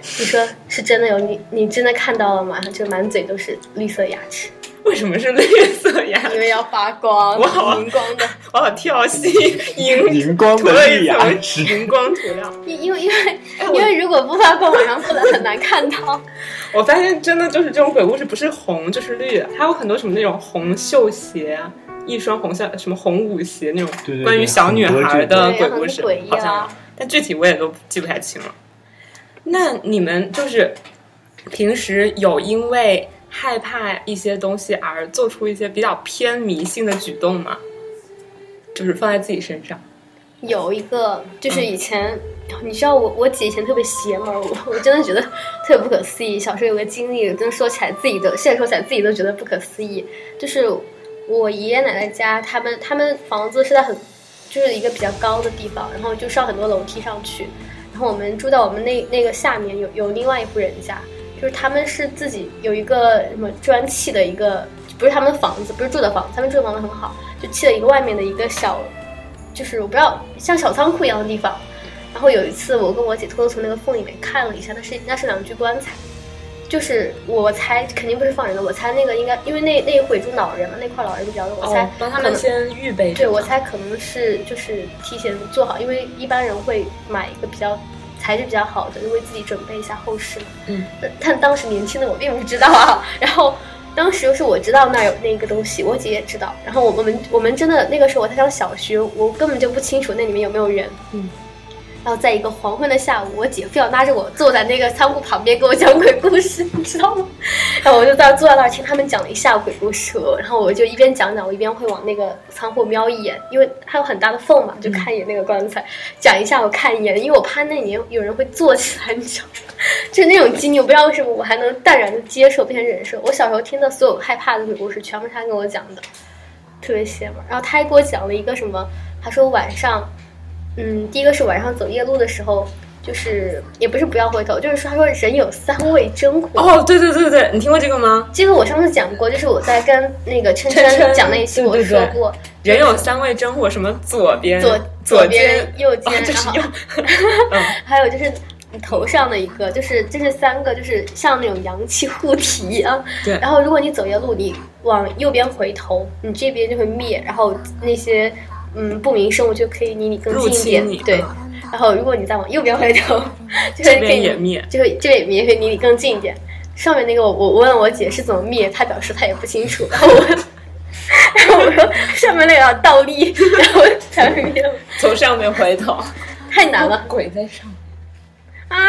B: 你说是真的有你，你真的看到了吗？”就满嘴都是绿色牙齿，
A: 为什么是绿色呀？
B: 因为要发光，
A: 我好
B: 荧光的。
A: 我好跳戏，荧
D: 荧光
A: 涂
D: 的啊
A: 了
D: 绿
A: 一
D: 牙
A: 层
D: 齿，
A: 荧光涂料。哎
B: 因因为因为因为如果不发光，晚上不能很难看到。
A: 我发现真的就是这种鬼故事，不是红就是绿，还有很多什么那种红绣鞋啊，一双红绣什么红舞鞋那种
D: 对对对
A: 关于小女孩的呃
B: 对，
A: 鬼
B: 然后
A: 故
B: 很
A: 事，
B: 诡异
A: 好像有
B: 啊。
A: 但具体我也都记不太清了。那你们就是平时有因为害怕一些东西而做出一些比较偏迷信的举动吗？就是放在自己身上，
B: 有一个就是以前，你知道我我姐以前特别邪门儿，我 我真的觉得特别不可思议。小时候有个经历，真的说起来自己都现在说起来自己都觉得不可思议。就是我爷爷奶奶家，他们他们房子是在很就是一个比较高的地方，然后就上很多楼梯上去。然后我们住到我们那那个下面有有另外一户人家，就是他们是自己有一个什么砖砌的一个，不是他们的房子，不是住的房子，他们住的房子很好，就砌了一个外面的一个小就是我不知道像小仓库一样的地方。然后有一次，我跟我姐偷偷从那个缝里面看了一下，那是那是两具棺材，就是我猜肯定不是放人的，我猜那个应该因为那那一户也住老人嘛，那块老人比较多，我猜、
A: 哦，帮他们先预备着。
B: 对，我猜可能是就是提前做好，因为一般人会买一个比较材质比较好的，就为自己准备一下后事嘛。
A: 嗯
B: 但，但当时年轻的我并不知道啊。 然后当时是我知道那儿有那个东西，我姐也知道。然后我们我们真的那个时候我才上小学，我根本就不清楚那里面有没有人。
A: 嗯。
B: 然后在一个黄昏的下午，我姐非要拉着我坐在那个仓库旁边给我讲鬼故事，你知道吗？然后我就在那儿坐在那儿听他们讲了一下午鬼故事，然后我就一边讲讲，我一边会往那个仓库瞄一眼，因为它有很大的缝嘛，就看一眼那个棺材，讲一下我看一眼，因为我怕那里面有人会坐起来，你知道吗？就是那种经历，我不知道为什么我还能淡然的接受并且忍受。我小时候听的所有害怕的鬼故事，全部是他跟我讲的，特别邪门儿。然后他还给我讲了一个什么，他说晚上，嗯，第一个是晚上走夜路的时候。就是也不是不要回头，就是说他说人有三味真火
A: 哦，对对对对，你听过这个吗？
B: 这个我上次讲过，就是我在跟 那个琛
A: 琛琛
B: 琛讲那一期，
A: 对
B: 我
A: 对
B: 说
A: 对
B: 过
A: 人有三味真火，什么左边、
B: 左
A: 左
B: 边、右
A: 哦
B: 肩，，
A: 这
B: 然
A: 是嗯
B: 后
A: 右，
B: 还有就是头上的一个，就是这是三个，就是像那种阳气护体一样。
A: 对
B: 然后如果你走夜路，你往右边回头，你这边就会灭，然后那些嗯不明生物就可以离你更
A: 入
B: 近一
A: 侵
B: 点
A: 你。，
B: 对。
A: 嗯
B: 然后如果你再往右边回头，就
A: 这
B: 会跟
A: 边
B: 你
A: 也灭。
B: 就会这边也会离你更近一点。上面那个我我我问我姐是怎么灭，她表示她也不清楚。然后我， 然后我说上面那个要倒立，然后才会灭，
A: 从上面回头，
B: 太难 了
A: 鬼在上面。
B: 啊！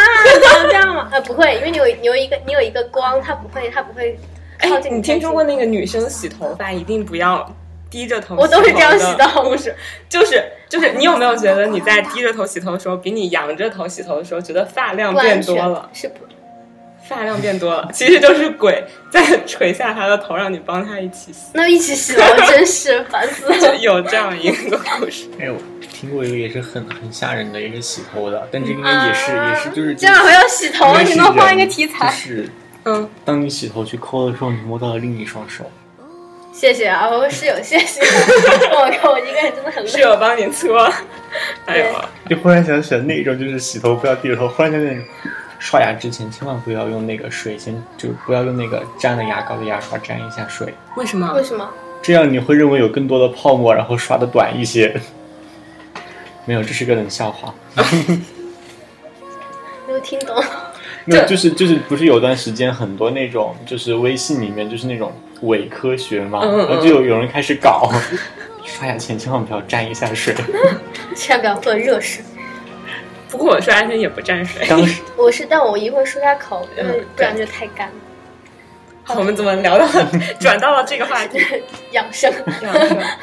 B: 要这样吗？ 啊，不会，因为你有你有一个你有一个光，它不会它不会靠
A: 哎，
B: 近
A: 你听说过
B: 那
A: 那个女生洗头发一定不要低着头？
B: 我都是这样洗的
A: 的，不 是，就是就是，你有没有觉得你在低着头洗头的时候，比你仰着头洗头的时候，觉得发量
B: 不
A: 变
B: 安
A: 多
B: 全
A: 了？
B: 是不？
A: 发量变多了，其实就是鬼在 垂下她的头，让你帮她一起洗。
B: 那一起 洗了，真是烦死
A: 就
B: 了。
A: 有这样一个故事，
D: 哎，我听过一个也是很很吓人的一个洗头的，但这个应该也是、也是就是
B: 这样还要洗 头，你能换一个题材
D: 就？是
A: 嗯，
D: 当你洗头去抠的时候，你摸到了另一双手。
B: 谢谢啊，我室友谢 谢。我靠，我一个人真的很
A: 室
B: 累。
A: 友帮你搓。哎呦，
D: 就忽然想起来那种，就是洗头不要低着头，忽然想起来那种，刷牙之前千万不要用那个水先，就不要用那个沾了牙膏的牙刷沾一下水，
A: 为什么
B: 为？什么？
D: 这样你会认为有更多的泡沫，然后刷的短一些。 没有，这是个冷笑话。
B: 没有听懂。
D: 没有，就是就是不是有段时间很多那种就是微信里面就是那种伪科学嘛，
A: 嗯嗯嗯
D: 然后就有有人开始搞， 刷牙前千万不要沾一下水。
B: 千万不要喝热水。
A: 不过我刷牙前也不沾水。
D: 当时
B: 我是，但我一会儿漱下口，因为
A: 嗯
B: 不然就太干了。
A: 好我们怎么聊 到转到了这个话题？
B: 养 生，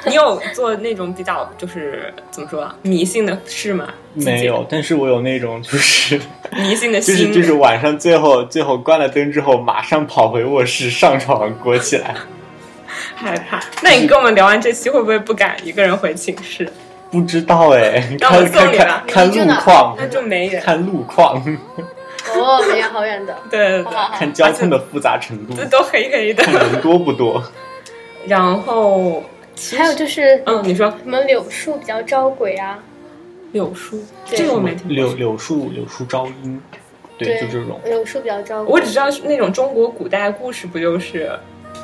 A: 你有做那种比较就是怎么说啊迷信的事吗？
D: 没有，但是我有那种就是
A: 迷信的
D: 就
A: 心
D: 是就是晚上最后最后关了灯之后，马上跑回卧室上床裹起来，
A: 害怕。那你跟我们聊完这期，会不会不敢一个人回寝室？
D: 不知道哎，
A: 那我
D: 看
A: 们送
D: 看
A: 你吧
D: 看看
B: 你真
D: 路
B: 的
D: 况
A: 那，就没人。
D: 看路况，
B: 哦，没有好远的。
A: 对对
B: 好
A: 对，
B: 好好，
D: 看交通的复杂程度，
A: 这都黑黑的。
D: 看人多不多。
A: 然后，
B: 还有就是，
A: 嗯，你说
B: 什么柳树比较招鬼啊？
A: 柳树，
B: 对
A: 这个我没听
D: 柳
A: 过。
D: 柳树柳树招阴，对，
B: 对
D: 就这种。
B: 柳树比较招鬼。
A: 我只知道是那种中国古代故事，不就是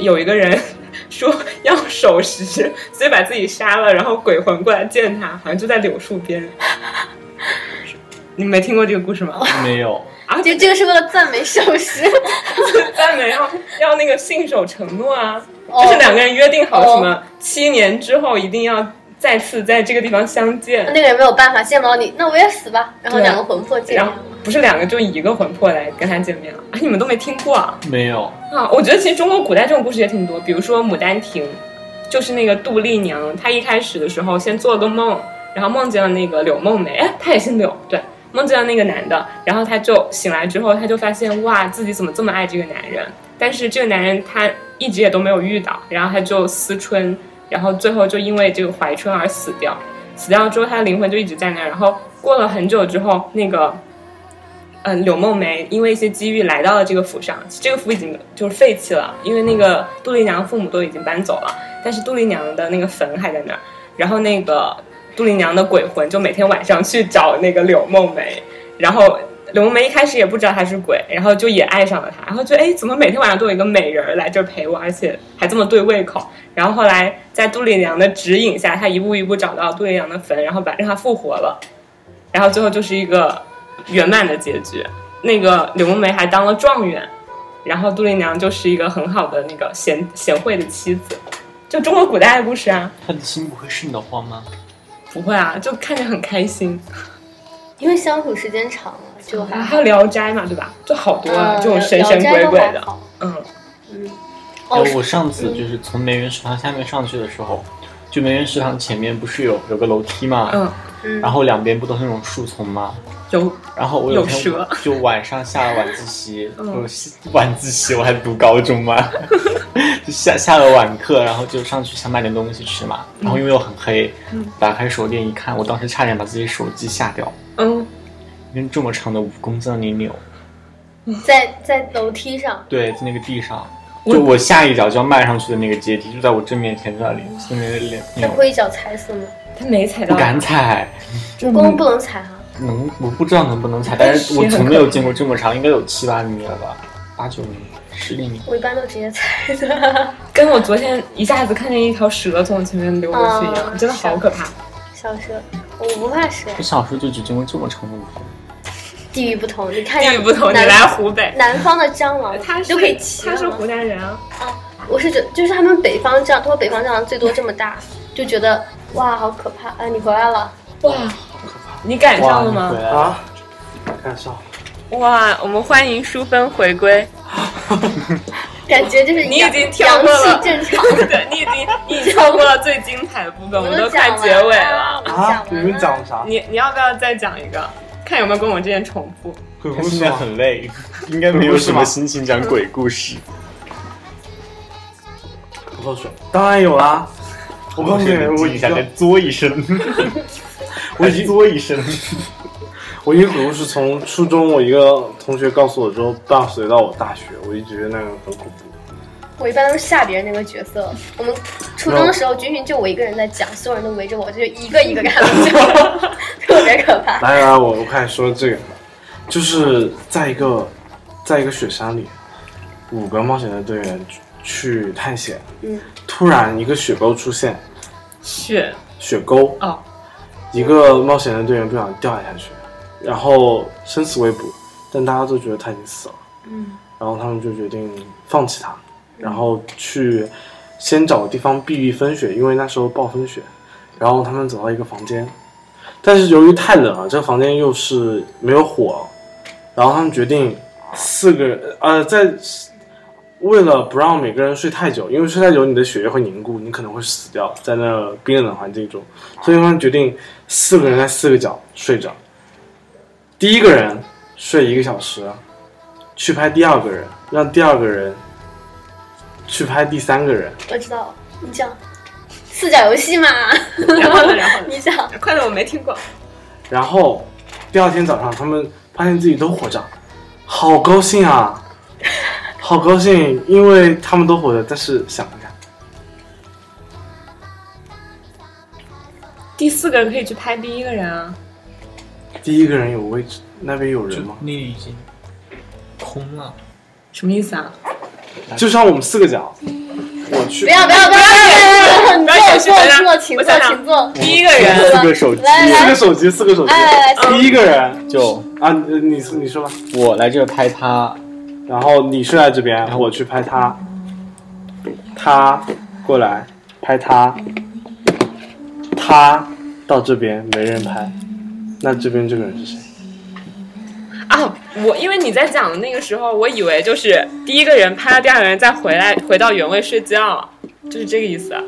A: 有一个人 说要守时，所以把自己杀了，然后鬼魂过来见他，好像就在柳树边。你没听过这个故事 吗？
D: 没 有，
A: 啊，
B: 这这个是为了赞美首饰。
A: 赞美要要那个信守承诺啊，
B: 哦
A: 就是两个人约定好什么七年之后一定要再次在这个地方相见，
B: 那个人没有办法见不到你，那我也死吧。然后
A: 对啊
B: 两个魂魄见
A: 然后
B: 面了。
A: 不是两个就一个魂魄来跟他见面了，啊，你们都没听过啊？
D: 没有，
A: 啊，我觉得其实中国古代这种故事也挺多，比如说《牡丹亭》，就是那个杜丽娘，她一开始的时候先做了个梦，然后梦见了那个柳梦梅，哎，她也姓柳，对，梦见了那个男的，然后她就醒来之后，她就发现哇，自己怎么这么爱这个男人？但是这个男人她一直也都没有遇到，然后她就思春，然后最后就因为这个怀春而死掉。死掉之后，她的灵魂就一直在那儿。然后过了很久之后，那个嗯、柳梦梅因为一些机遇来到了这个府上，这个府已经就是废弃了，因为那个杜丽娘父母都已经搬走了，但是杜丽娘的那个坟还在那儿。然后那个杜丽娘的鬼魂就每天晚上去找那个柳梦梅，然后柳梦梅一开始也不知道她是鬼，然后就也爱上了她，然后觉得哎，怎么每天晚上都有一个美人儿来这儿陪我，而且还这么对胃口。然后后来在杜丽娘的指引下，她一步一步找到杜丽娘的坟，然后把让她复活了，然后最后就是一个圆满的结局。那个柳梦梅还当了状元，然后杜丽娘就是一个很好的那个贤贤惠的妻子，就中国古代的故事啊，
D: 他的心不会瘆得慌吗？
A: 不会啊，就看着很开心。
B: 因为相处时间长了，就还
A: 还
B: 好。
A: 有《聊斋》嘛，对吧？就好多啊，
B: 啊嗯
A: 这种神
B: 聊
A: 神
B: 斋
A: 鬼
B: 都
A: 鬼
B: 还
A: 的，
B: 好
A: 嗯，
B: 嗯，
D: 然
B: 哦，
D: 哎后我上次就是从梅园食堂下面上去的时候，就梅园食堂前面不是有有个楼梯嘛，
A: 嗯，
B: 嗯
D: 然后两边不都是那种树丛嘛，
A: 有
D: 然后我
A: 有
D: 天
A: 蛇
D: 就晚上下了晚自习，
A: 嗯
D: 我是晚自习我还读高中嘛， 就下下了晚课，然后就上去想买点东西吃嘛，
A: 嗯
D: 然后因为又很黑，打开手电一看，我当时差点把自己手机吓掉，
A: 嗯，
D: 因为这么长的蜈蚣在那里扭，
B: 在在楼梯上，
D: 对，在那个地上。就我下一脚就要迈上去的那个阶梯，就在我正面前，在那里，在那里
B: 那
D: 扭，
B: 会一脚踩死吗？
A: 他没踩
D: 不
A: 到，
D: 敢踩，
B: 蜈蚣不能踩啊。
D: 能我不知道能不能踩，但是我从没有见过这么长，应该有七八米了吧，八九米，十厘米。
B: 我一般都直接踩的，
A: 跟我昨天一下子看见一条蛇从我前面流过去一样，
B: 啊
A: 真的好可怕。
B: 小蛇，我不怕蛇。
D: 我小时候就只见过这么长的蜈蚣，
B: 地域不同，你看
A: 地域不同，你
B: 南
A: 来湖北，
B: 南方的蟑螂，
A: 他是
B: 都可以骑
A: 他
B: 了
A: 是
B: 吗
A: 湖南人啊，
B: 我是觉得就是他们北方蟑，他们北方蟑螂最多这么大，就觉得哇好可怕啊！你回来了，
A: 哇，你赶上了
D: 哇你
A: 吗
D: 回？来了
C: 啊，看上
A: 哇，我们欢迎淑芬回归，
B: 感觉就是
A: 你已经跳
B: 阳
A: 过了
B: 气正常。
A: 对 你已经你已经超过了最精彩的部分，我们都快
B: 讲完
A: 结尾了。，
C: 啊
B: 我，
C: 你
B: 们
C: 们
B: 讲完
C: 讲
B: 了。
C: 了啥？
A: 你你要不要再讲一个？看有没有跟我之前重复？
C: 鬼
D: 他
C: 故
D: 现
C: 事
D: 在
C: 吗？
D: 很累，应该没有什么心情讲鬼故事。
C: 不喝水，当然有 啦。我告诉你，我
D: 一下，再作 一声，
C: 我已经
D: 作一声。
C: 我一个鬼故事从初中我一个同学告诉我之后，伴随到我大学，我一直觉得那个很恐怖。
B: 我一般都是吓别人那个角色。我们初中的时候，军训就我一个人在讲，所有人都围着 我，就一个一个给他们讲，特别可怕。
C: 来来来，我我开始说这个，就是在一个在一个雪山里，五个冒险的队员去去探险，
B: 嗯，
C: 突然一个雪沟出现，
A: 雪
C: 雪沟，
A: 哦，
C: 一个冒险的队员不小心掉下去，然后生死未卜，但大家都觉得他已经死了，
A: 嗯，
C: 然后他们就决定放弃他，然后去先找个地方避避风雪，因为那时候暴风雪，然后他们走到一个房间，但是由于太冷了，这个房间又是没有火，然后他们决定四个人呃在。为了不让每个人睡太久，因为睡太久你的血液会凝固，你可能会死掉，在那冰冷的环境中，所以他们决定四个人在四个角睡着。第一个人睡一个小时，去拍第二个人，让第二个人去拍第三个人。
B: 我知道，你讲四角 游戏嘛，
A: 然后呢，然后呢，
B: 你讲，
A: 快乐我没听过，
C: 然后第二天早上，他们发现自己都活着，好高兴啊，好高兴，因为他们都活着。但是想一下，
A: 第四个人可以去拍第一个人啊，
C: 第一个人有位置，那边有人
D: 就
C: 吗？
D: 那里已经空了。
A: 什么意思啊？
C: 就像我们四个角，我去
B: 不要不要不要不
A: 不要
B: 要，
A: 不要
B: 你坐
A: 不要
B: 坐请坐请坐，
A: 第一个人，
D: 四个手机，
B: 来
C: 四
B: 来
C: 个手机，四个手机。
B: 哎，来
C: 第一个人
D: 就
C: 啊，你你你说吧。
D: 我来这拍他，
C: 然后你睡在这边，我去拍他，他过来拍他，他到这边没人拍，那这边这个人是谁？
A: 啊，我因为你在讲的那个时候，我以为就是第一个人拍了第二个人，再回来回到原位睡觉，啊就是这个意思啊。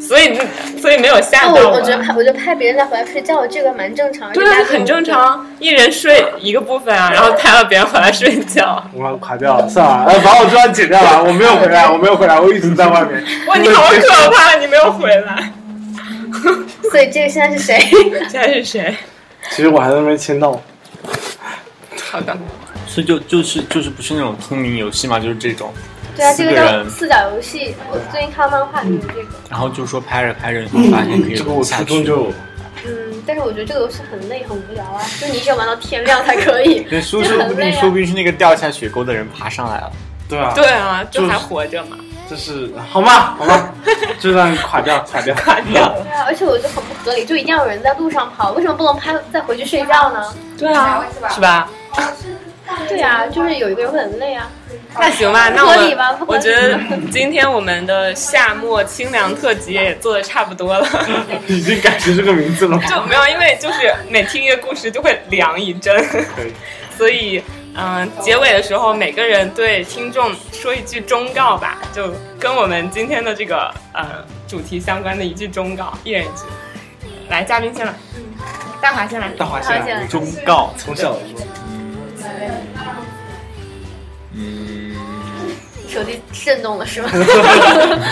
A: 所以你所以没有吓
B: 哦，
A: 到
B: 我我觉得我觉得拍别人再回来睡觉，这个蛮正常，
A: 对啊，很正。常，一人睡一个部分啊，然后拍了别人回来睡觉。
C: 我要垮掉了，算了，呃，把我这段剪掉了，我没有回 来，我没有回来，我一直在外面。
A: 哇，你好可怕，你没有回来。
B: 所以这个现在是谁？
A: 现在是谁？
C: 其实我还在那边签到，
A: 好的，
D: 所以就就是就是不是那种通灵游戏嘛，就是这种。
B: 对啊，
D: 四
B: 这
D: 个
B: 个
D: 人
B: 叫四角游戏。我最近看漫画里有这个，
D: 然后就说拍着拍着，你会发现可以
C: 嗯这个我
D: 下
C: 初中。
D: 去
C: 就有。
B: 嗯，但是我觉得这个游戏很累很无聊啊，就你一直要玩到天亮才 可以。
D: 那叔
B: 这
D: 叔
B: 很
D: 不定
B: 累啊
D: 说不定是那个掉下雪沟的人爬上来了。
C: 对啊，
A: 对啊，
C: 就
A: 这
C: 是
A: 还活着嘛？
C: 这是好吗？好吗？这段垮掉，垮掉，
A: 垮掉了。
B: 对啊，而且我觉得很不合理，就一定要有人在路上跑，为什么不能拍再回去睡觉呢？
A: 对啊，是吧？
B: 对啊，就是有一个人会很累啊。
A: 那行吧，那
B: 不合理吧
A: 我
B: 不合理
A: 我觉得今天我们的夏末清凉特辑也做的差不多了，
C: 已经改成这个名字了吗？
A: 就没有，因为就是每听一个故事就会凉一针，
C: 可以。
A: 所以嗯、结尾的时候每个人对听众说一句忠告吧，就跟我们今天的这个呃主题相关的一句忠告，一人一句。来，嘉宾先来，嗯大华先来，
C: 大华
B: 大华先
C: 先
B: 来
D: 忠告，
C: 从小说，
D: 嗯，
B: 手机震动了是 吗？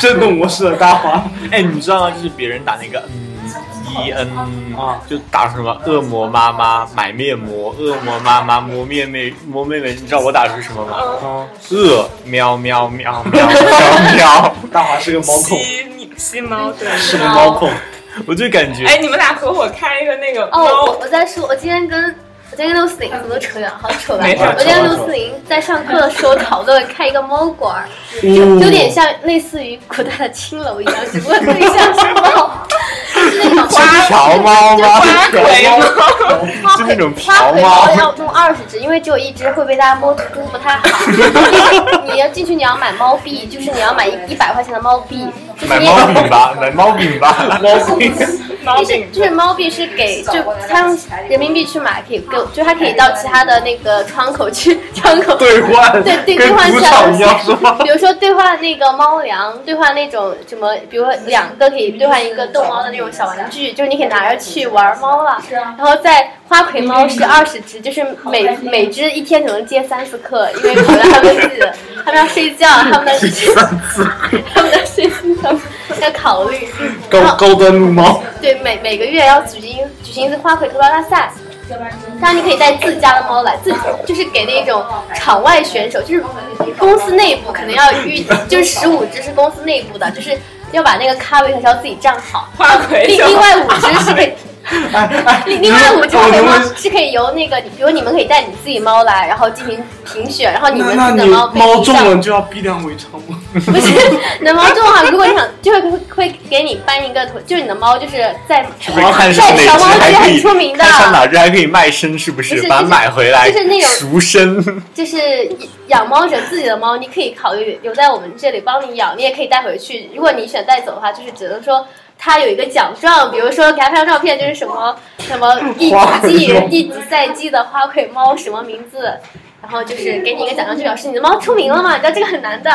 C: 震动模式的大华。
D: 哎，你知道吗？就是别人打那个嗯 E N
C: 啊，
D: 就打什么恶魔妈妈买面膜，恶魔妈妈摸面妹摸妹妹，你知道我打的是什么吗？
C: 嗯，
D: 恶喵喵喵喵喵 喵，
C: 大华是个猫控，
A: 吸你吸猫 对。
C: 是个
B: 哦
C: 猫控。
D: 我就感觉
A: 哎，你们俩合伙开一个那个
B: 哦，
A: 猫
B: 我我在说，我今天跟我今天跟刘思玲，我都扯远了，好扯吧。
A: 没事
B: 我今天跟
C: 扯吧扯吧
B: 刘思玲在上课的时候讨论开一个猫馆儿，有
A: 嗯
C: 有
B: 点像类似于古代的青楼一样，只不过对象是猫， 就是那种
D: 是
B: 花
D: 瓢猫吗？
A: 花魁吗？
B: 花
D: 就那种
B: 花
D: 瓢
B: 魁
D: 猫
B: 猫，要弄二十只，因为只有一只会被大家摸秃，不 太好。你要进去，你要买猫币，就是你要买一一百块钱的猫币，就是
D: 买
B: 那
D: 猫
B: 种
D: 饼吧，买猫饼吧，猫饼。
A: 猫
B: 就是
A: 饼
B: 就是猫币是给就他用人民币去买，可以给我，就他可以到其他的那个窗口去窗口
C: 兑换，
B: 对对
C: 跟
B: 兑换
C: 赌
B: 下来
C: 场一样是吗？
B: 比如说兑换那个猫粮，兑换那种什么，比如说两个可以兑换一个逗猫的那种小玩具，就是你可以拿着去玩猫了。然后在花魁猫是二十只，就是每每只一天只能接三次客，因为可能他们自己的，他们要睡觉，他们的他们的睡他们要考虑。哦
C: 高高端撸猫，
B: 对，每每个月要举行举行一次花卉投标大赛。当然，你可以带自家的猫来，自就是给那种场外选手，就是公司内部可能要预，就是十五只是公司内部的，就是要把那个咖位和销自己占好。
A: 花魁
B: 另
A: 就
B: 另外五只是给
C: 哎
B: 另另外，我们这个
C: 我能
B: 肥
C: 不
B: 猫
C: 能
B: 是可以由那个，比如你们可以带你自己猫来，然后进行评选，然后你们
C: 那
B: 自己的
C: 那你
B: 猫被
C: 猫
B: 评
C: 中
B: 上
C: 了就要逼良为娼吗？
B: 不是，你的猫中的话，如果你想，就会会给你颁一个头，就是你的猫就是在
D: 是不是看上
B: 在
D: 哪
B: 小猫
D: 只还
B: 界
D: 可
B: 很
D: 以，
B: 出名的
D: 看，上哪只还可以卖身，是不
B: 不是
D: 把它
B: 就是
D: 买回来，
B: 就是那种
D: 赎身。
B: 就是养猫者自己的猫，你可以考虑留在我们这里帮你养，你也可以带回去。如果你选带走的话，就是只能说。它有一个奖状，比如说给它拍张照片，就是什么什么第几
C: 花
B: 季
C: 卉、
B: 第几赛季的花卉猫什么名字，然后就是给你一个奖状，就表示你的猫出名了嘛。你知道这个很难的。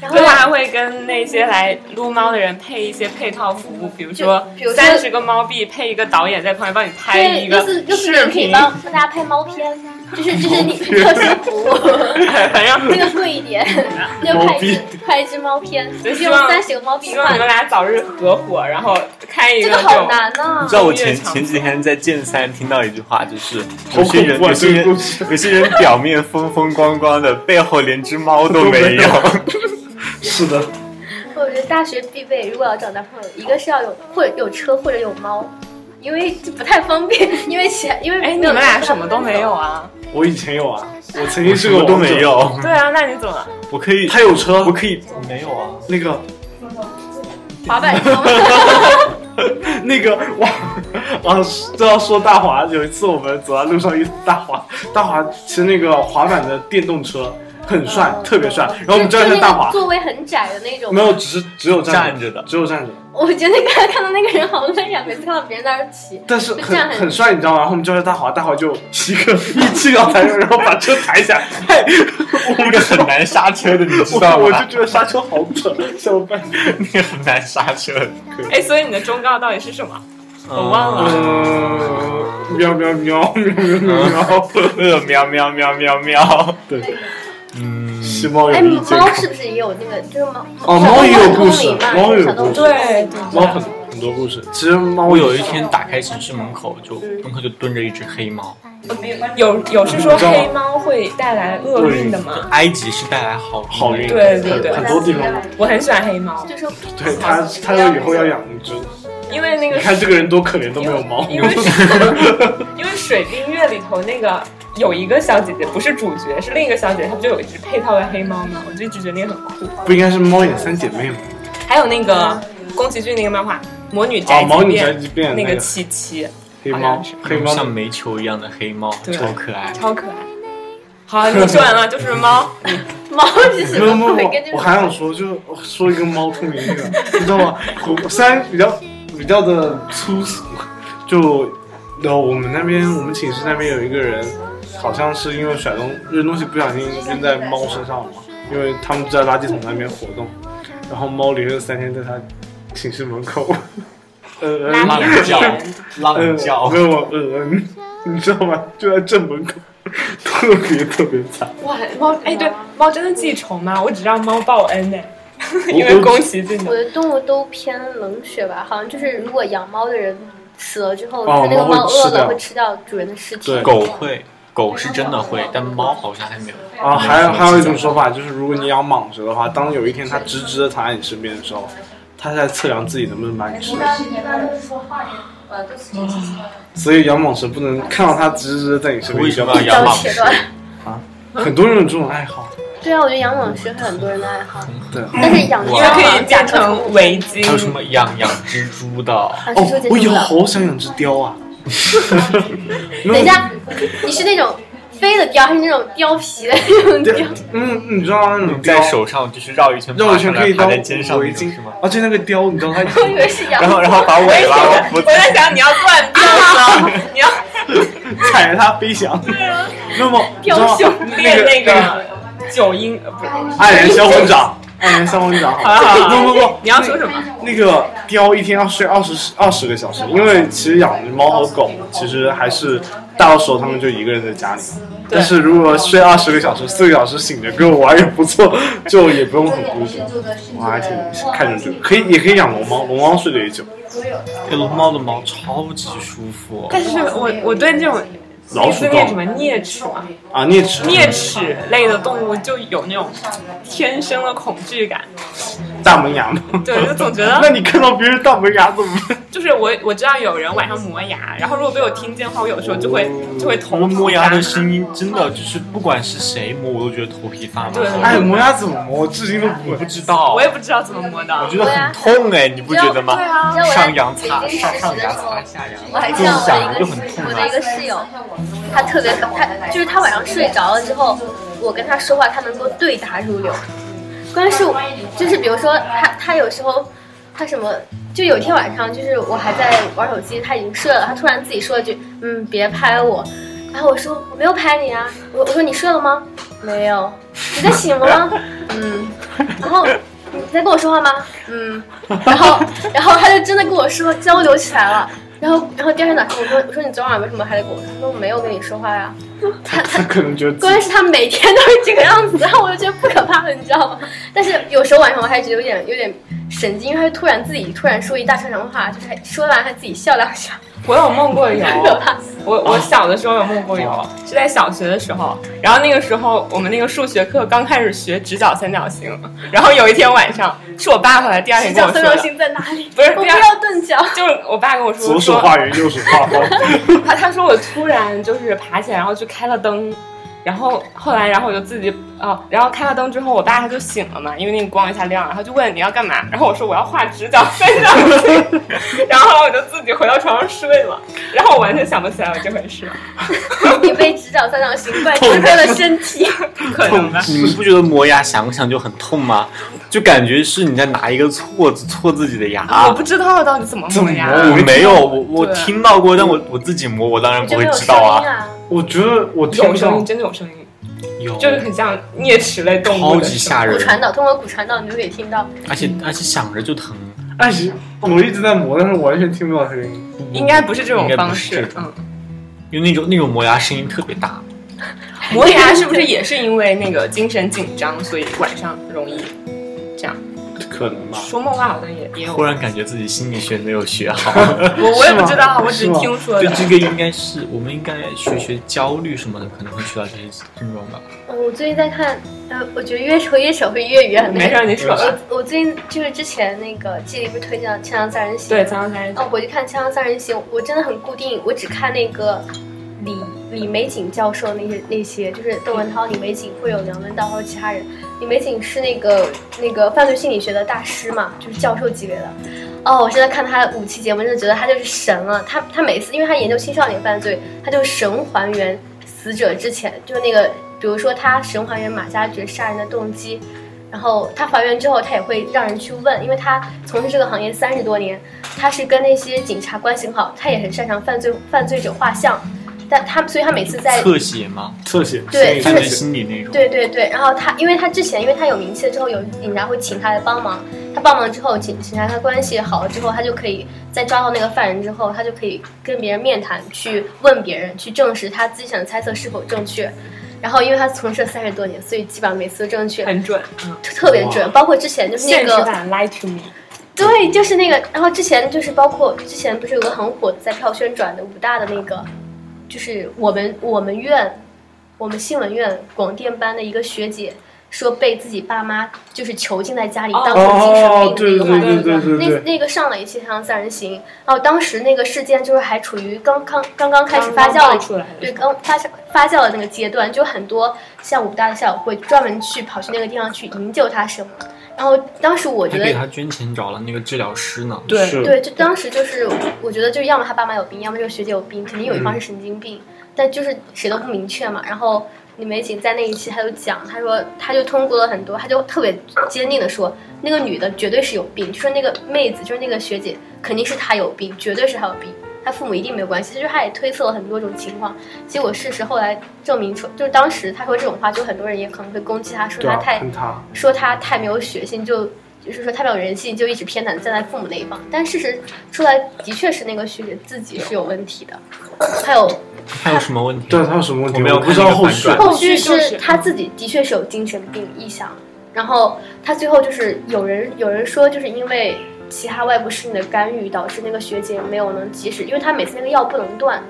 B: 然后
A: 另外还会跟那些来撸猫的人配一些配套服务，比如说
B: 就比如说
A: 三十个猫币配一个导演在旁边帮你拍
B: 对，
A: 一个
B: 又是又是
A: 视
B: 你可以
A: 频，
B: 帮大家拍猫片，就是就是你特殊服务，
A: 反正
B: 这个贵一 点，就拍一只拍一只猫片，
A: 就希
B: 用
A: 望
B: 三十个猫币
A: 希望你们
B: 换，
A: 俩早日合伙，然后开一
B: 这
A: 个
B: 个
A: 这
B: 好
A: 种。
B: 难呢
D: 你知。道我
A: 音乐
D: 前
A: 场
D: 前几天在剑三听到一句话，就是
C: 好
D: 有些人
C: 恐怖啊
D: 有些
C: 这个故
D: 人
C: 事
D: 有些人表面风风光光的，背后连只猫都没有。
C: 是的，
B: 我觉得大学必备，如果要找男朋友，一个是要有或者有车或者有猫，因为这不太方便，因为其因为
A: 哎，你
B: 没有
A: 们俩什么都没有啊？
C: 我以前有啊，我曾
D: 你
C: 经
D: 什
C: 是个
D: 么都
C: 王者
D: 没，有，
A: 对啊，那你怎么？
D: 我可以，
C: 他有车
D: 我可以，我没有啊。
C: 那个
B: 滑板车，
C: 那个哇啊，这要说大华，有一次我们走在路上遇到大华，大华骑那个滑板的电动车，很帅，特别帅。然后我们
B: 嗯就
C: 站
B: 是那
C: 在大
B: 个
C: 华，
B: 座位很窄的那种。
C: 没有，只是只有站
D: 站着的
C: 只有站着。
B: 我觉得看看到那个人好累呀、每次看到别人在那儿骑，
C: 但是
B: 就
C: 很
B: 站很
C: 很帅，你知道吗？然后我们叫叫大华，大华就一个一气高抬然后把车抬起来， 嘿，
D: 那个很难刹车的，你知道
C: 我我就
D: 吗？
C: 觉得刹车好扯，怎么办？
D: 那个很难刹车的。
A: 哎，所以你的忠告到底是什么？我
D: 我
A: 忘了
C: 嗯，喵喵喵喵喵喵喵，
D: 呃，喵喵喵喵喵。
C: 对，
D: 嗯，
C: 吸猫
B: 哎，
C: 有意见
B: 猫。是不是也有那个？就是猫
C: 哦
B: 小
C: 猫也有
B: 很
C: 故事
B: 聪明嘛
C: 猫也有
B: 小动物
C: 故事
A: 对对
C: 猫很很多故事，其实猫
D: 我有一天打开寝室门口，就门口就蹲着一只黑猫。
A: 有有是说黑猫会带来厄运的吗？
D: 埃及是带来好
C: 好运，
A: 对对对
C: 很多地方，
A: 我很喜欢黑猫，
B: 就是
C: 对他他说以后要养一只，
A: 因为那
C: 你
A: 个
C: 看这个人多可怜，都没有猫，
A: 因为因为《水冰月》里头那个有一个小姐姐，不是主角，是另一个小姐姐，她不就有一只配套的黑猫吗？我就一直觉得那个很酷。
C: 不应该是猫眼三姐妹吗？
A: 还有那个宫崎骏那个漫画《魔女宅
C: 哦，
A: 急
C: 毛女
A: 便
C: 宅》急便
A: 那
C: 那
A: 个
C: 个
A: 七七，
C: 黑
A: 好像
C: 猫
A: 是，
C: 黑猫
D: 像煤球一样的黑猫，
A: 对
D: 超可爱。
A: 超可爱。好，你说完了，就是猫，
B: 猫是什
C: 没有没
B: 么？
C: 有
B: 跟这，
C: 我
B: 个
C: 还想说，就是说一个猫出名那个，你知道吗？我虽然比较比较的粗俗，就然后我们那边我们寝室那边有一个人，好像是因为甩东扔东西不小心扔在猫身上了嘛，因为他们就在垃圾桶那边活动，然后猫连着三天在他寝室门口，呃呃
A: 拉
D: 拉
A: 面
D: 面叫浪叫
C: 呃，没有呃呃，你知道吗？就在正门口，特别特别惨。
B: 哇，猫
A: 哎，对
B: 我，
A: 猫真的记仇吗？我只知道猫报恩呢，
C: 我
A: 因为
C: 我
A: 宫崎骏的。
B: 的动物都偏冷血吧，好像就是如果养猫的人死了之后，
C: 哦
B: 它那个
C: 猫
B: 猫饿
C: 会吃掉
B: 了会吃掉主人的尸体。
C: 对
D: 狗会，狗是真的会，但猫好像还没有。
C: 啊，
B: 嗯
C: 还有还有一种说法就是，如果你养蟒蛇的话，当有一天它直直的躺在你身边的时候，它是在测量自己能不能把你吃掉。
F: 一般都是说话语，呃，都是挺奇怪的。
C: 所以养蟒蛇不能看到它直直的在你身边，
D: 为什么
C: 你
D: 要
C: 就
D: 养
B: 当
D: 蟒
B: 切
D: 蛇？
B: 断。
C: 很多人有这种爱好，
B: 对啊，我觉得养蟒蛇是很多人的爱好，
C: 对。
B: 但是养
A: 因为
D: 哇
A: 可
B: 蟑
A: 以
B: 螂
A: 变成围巾
D: 还有，什么养养蜘蛛的？
B: 啊，是说
C: 哦
B: 这，
C: 我以
B: 种
C: 后
B: 的。
C: 好想养只雕 啊！
B: 等一下，你是那种飞的貂，还是那种貂皮的那种
C: 对
B: 貂？，
C: 嗯，你知道那种
D: 你在
C: 雕，
D: 手上就是绕一圈，
C: 绕一圈可以
D: 爬
C: 当
D: 在肩上
C: 围
D: 那种
C: 巾
D: 是吗？，
C: 而且那个雕，你知道它
B: 我以为是羊。
D: 然后然后把尾
A: 我
D: 巴
A: 我
D: 不
A: 在想你要断掉了，你要
C: 踩着它飞翔。那么，你知道
B: 啊 雕
C: 吗
B: 胸
A: 练那个九阴，呃不是
C: 爱人消魂掌，爱人消魂掌，好
A: 好好好
C: 不不不，
A: 你要说什么？
C: 那个貂一天要睡二十二十个小时，因为其实养猫和狗，其实还是大多数它们就一个人在家里。但是如果睡二十个小时，四个小时醒着跟我玩也不错，就也不用很孤独。我还挺看重这个，可以也可以养龙猫，龙猫睡得也久。
D: 给龙猫的毛超级舒服。
A: 但是我我对这种
C: 老鼠
A: 类似那
C: 洞
A: 什么啮齿嘛、
C: 啊，啮齿，
A: 啮齿类的动物就有那种天生的恐惧感。
C: 大门牙吗？
A: 对，就总觉
C: 那
A: 得
C: 你看到别人大门牙 怎么办？
A: 就是我我知道有人晚上磨牙，然后如果被我听见的话，我有的时候就会就会头
G: 我们磨牙的声
A: 音，
G: 音真的就是，不管是谁磨，我都觉得头皮发麻。
A: 对啊
C: 哎，磨牙怎么磨？我至今都不
G: 我不
C: 会。
G: 知道，
A: 我也不知道怎么磨的
G: 我。觉得很痛哎，你不觉得吗？
A: 啊
B: 你知道我在
G: 啊上扬
B: 北
G: 擦，
B: 京
G: 上
B: 实习
G: 上
B: 的
G: 牙
B: 时候
G: 擦，下扬
B: 我还
G: 擦，
B: 见我的一个
G: 就很痛
B: 我
G: 啊
B: 的一。个室友，他特别他就是他晚上睡着了之后，我跟他说话，他能够对答如流。关键是我，就是比如说他他有时候他什么，就有一天晚上，就是我还在玩手机，他已经睡了，他突然自己说了一句：“嗯，别拍我。”然后我说：“我没有拍你啊。”我我说：“你睡了吗？”没有。你在醒了吗？嗯。然后你在跟我说话吗？嗯。然后然后他就真的跟我说交流起来了。然后，然后第二天早上，我说，我说你昨晚为什么还在跟我说？他说我没有跟你说话呀。
C: 他他可能觉得自
B: 关
C: 己
B: 键是他每天都是这个样子，然后我就觉得不可怕了，你知道吗？ 但是有时候晚上我还觉得有点有点神经，因为他就突然自己突然说一大串长话，就是还说完还自己笑两下，
A: 我有梦过油，
B: 可怕。
A: 我我小的时候有梦过油，是在小学的时候。然后那个时候我们那个数学课刚开始学直角三角形，然后有一天晚上是我爸回来，第二
B: 直
A: 哎天跟
B: 角
A: 我说
B: 三角
A: 的，
B: 形在哪里？
A: 不是
B: 我不
A: 第二
B: 要钝角。
A: 就是我爸跟我说
C: 左手
A: 说
C: 画圆，右手画方。
A: 他他说我突然就是爬起来，然后去开了灯，然后后来然后我就自己哦，然后开了灯之后，我爸他就醒了嘛，因为那个光一下亮了，然后就问你要干嘛，然后我说我要画直角三角形， 然后我就自己回到床上睡了，然后我完全想不起来有这回事，
B: 你被直角三角形怪崩溃了身 体，
A: 可能吧。
G: 嗯你们不觉得磨牙想想就很痛吗？就感觉是你在拿一个锉子锉自己的牙。
A: 我不知道到底怎么磨牙，
G: 我没有，我我
A: 对啊
G: 听到过，但我我自己磨，我当然不
B: 就
G: 会
B: 没有
G: 知
B: 声
G: 道
B: 音
G: 啊。
B: 啊。
C: 我觉得我听
A: 有
C: 不
A: 声音，
C: 到，
A: 真的有声音，啊
G: 有，
A: 就是很像啮齿类动物
G: 超
A: 的
G: 级
A: 声音。
G: 吓
B: 骨
G: 人，
B: 传导，通过骨传导你就可以听到。
G: 而且而且想着就疼。
C: 但是我一直在磨，但是完全听不到声音。
A: 应该不是这种
G: 应该
A: 方
G: 不是这
A: 式，
G: 种
A: 嗯，
G: 因为那种那种磨牙声音特别大，
A: 磨牙是不是也是因为那个精神紧张，所以晚上容易
C: 可能吧。
A: 说梦话好像也也有，
G: 忽
A: 我
G: 然感觉自己心理学没有学好。
A: 我也不知道，
C: 是吗
A: 我只
C: 是吗
A: 听说
G: 对，
A: 的。
G: 这个应该是我们应该学学焦虑什么的，可能会学到这些症状吧。
B: 嗯，我最近在看，呃，我觉得越扯越扯会越远。
A: 没事儿，你扯吧。
B: 我我最近就是之前那个季丽不是推荐了《锵锵三人行》
A: 对，早上三十
B: 哦，我去看《锵锵三人行》，我真的很固定，我只看那个李李玫瑾教授那些那些，就是窦文涛、李玫瑾会有梁文道还有其他人。李玫瑾是那个那个犯罪心理学的大师嘛，就是教授级别的。哦，我现在看他五期节目，真的觉得他就是神了。他他每次，因为他研究青少年犯罪，他就神还原死者之前，就是那个，比如说他神还原马加爵杀人的动机，然后他还原之后，他也会让人去问，因为他从事这个行业三十多年，他是跟那些警察关系很好，他也很擅长犯罪犯罪者画像，但他所以他每次在
G: 侧写吗？
C: 特写，
B: 对
G: 犯
C: 特
G: 罪
C: 写，
G: 心理那种。
B: 对对对，然后他，因为他之前，因为他有名气了之后，有警察会请他来帮忙，他帮忙之后，警警察跟他关系好了之后，他就可以在抓到那个犯人之后，他就可以跟别人面谈，去问别人，去证实他自己想的猜测是否正确。然后，因为他从事三十多年，所以基本上每次都正确，
A: 很准，嗯，
B: 特别准。包括之前就是那
A: 现实
B: 个
A: 版 Lie to Me，
B: 对，就是那个，然后之前就是包括之前不是有个很火的在票宣传的武大的那个，就是我们我们院，我们新闻院广电班的一个学姐说被自己爸妈就是囚禁在家里
A: 哦
B: 当成精神
C: 哦
B: 病，的
C: 对
B: 一个
C: 对
B: 话
C: 对
B: 题。
C: 对对
B: 那
C: 对，
B: 那个上了一期《锵锵三人行》，然后当时那个事件就是还处于刚刚刚刚开始发酵的
A: 出来
B: 对，刚发酵发酵的那个阶段，就很多像武大的校友会专门去跑去那个地方去营救他什么。然后当时我觉
G: 还
B: 得
G: 给他捐钱找了那个治疗师呢。
A: 对，
C: 是
B: 对，就当时就是，我觉得就要么他爸妈有病，要么这个学姐有病，肯定有
C: 嗯
B: 一方是神经病，但就是谁都不明确嘛。然后李玫瑾在那一期他就讲，他说他就通过了很多，他就特别坚定的说，那个女的绝对是有病，就说那个妹子就是那个学姐肯定是她有病，绝对是她有病，她父母一定没有关系。就是他也推测了很多种情况，结果事实后来证明出，就是当时他说这种话，就很多人也可能会攻击他，说
C: 对
B: 他
C: 啊，
B: 太
C: 看他，
B: 说他太没有血性，就就是说太没有人性，就一直偏袒站在父母那一方。但事实出来的确是那个学姐自己是有问题的，还有
G: 还有什么问题？
C: 对他有什么问题？
G: 我没有
C: 不知道
G: 看这个
C: 后续
G: 反。转
B: 后续
A: 就是是
B: 他自己的确是有精神病异常，然后他最后就是有人有人说就是因为其他外部势力的干预导致那个学姐没有能及时，因为她每次那个药不能断。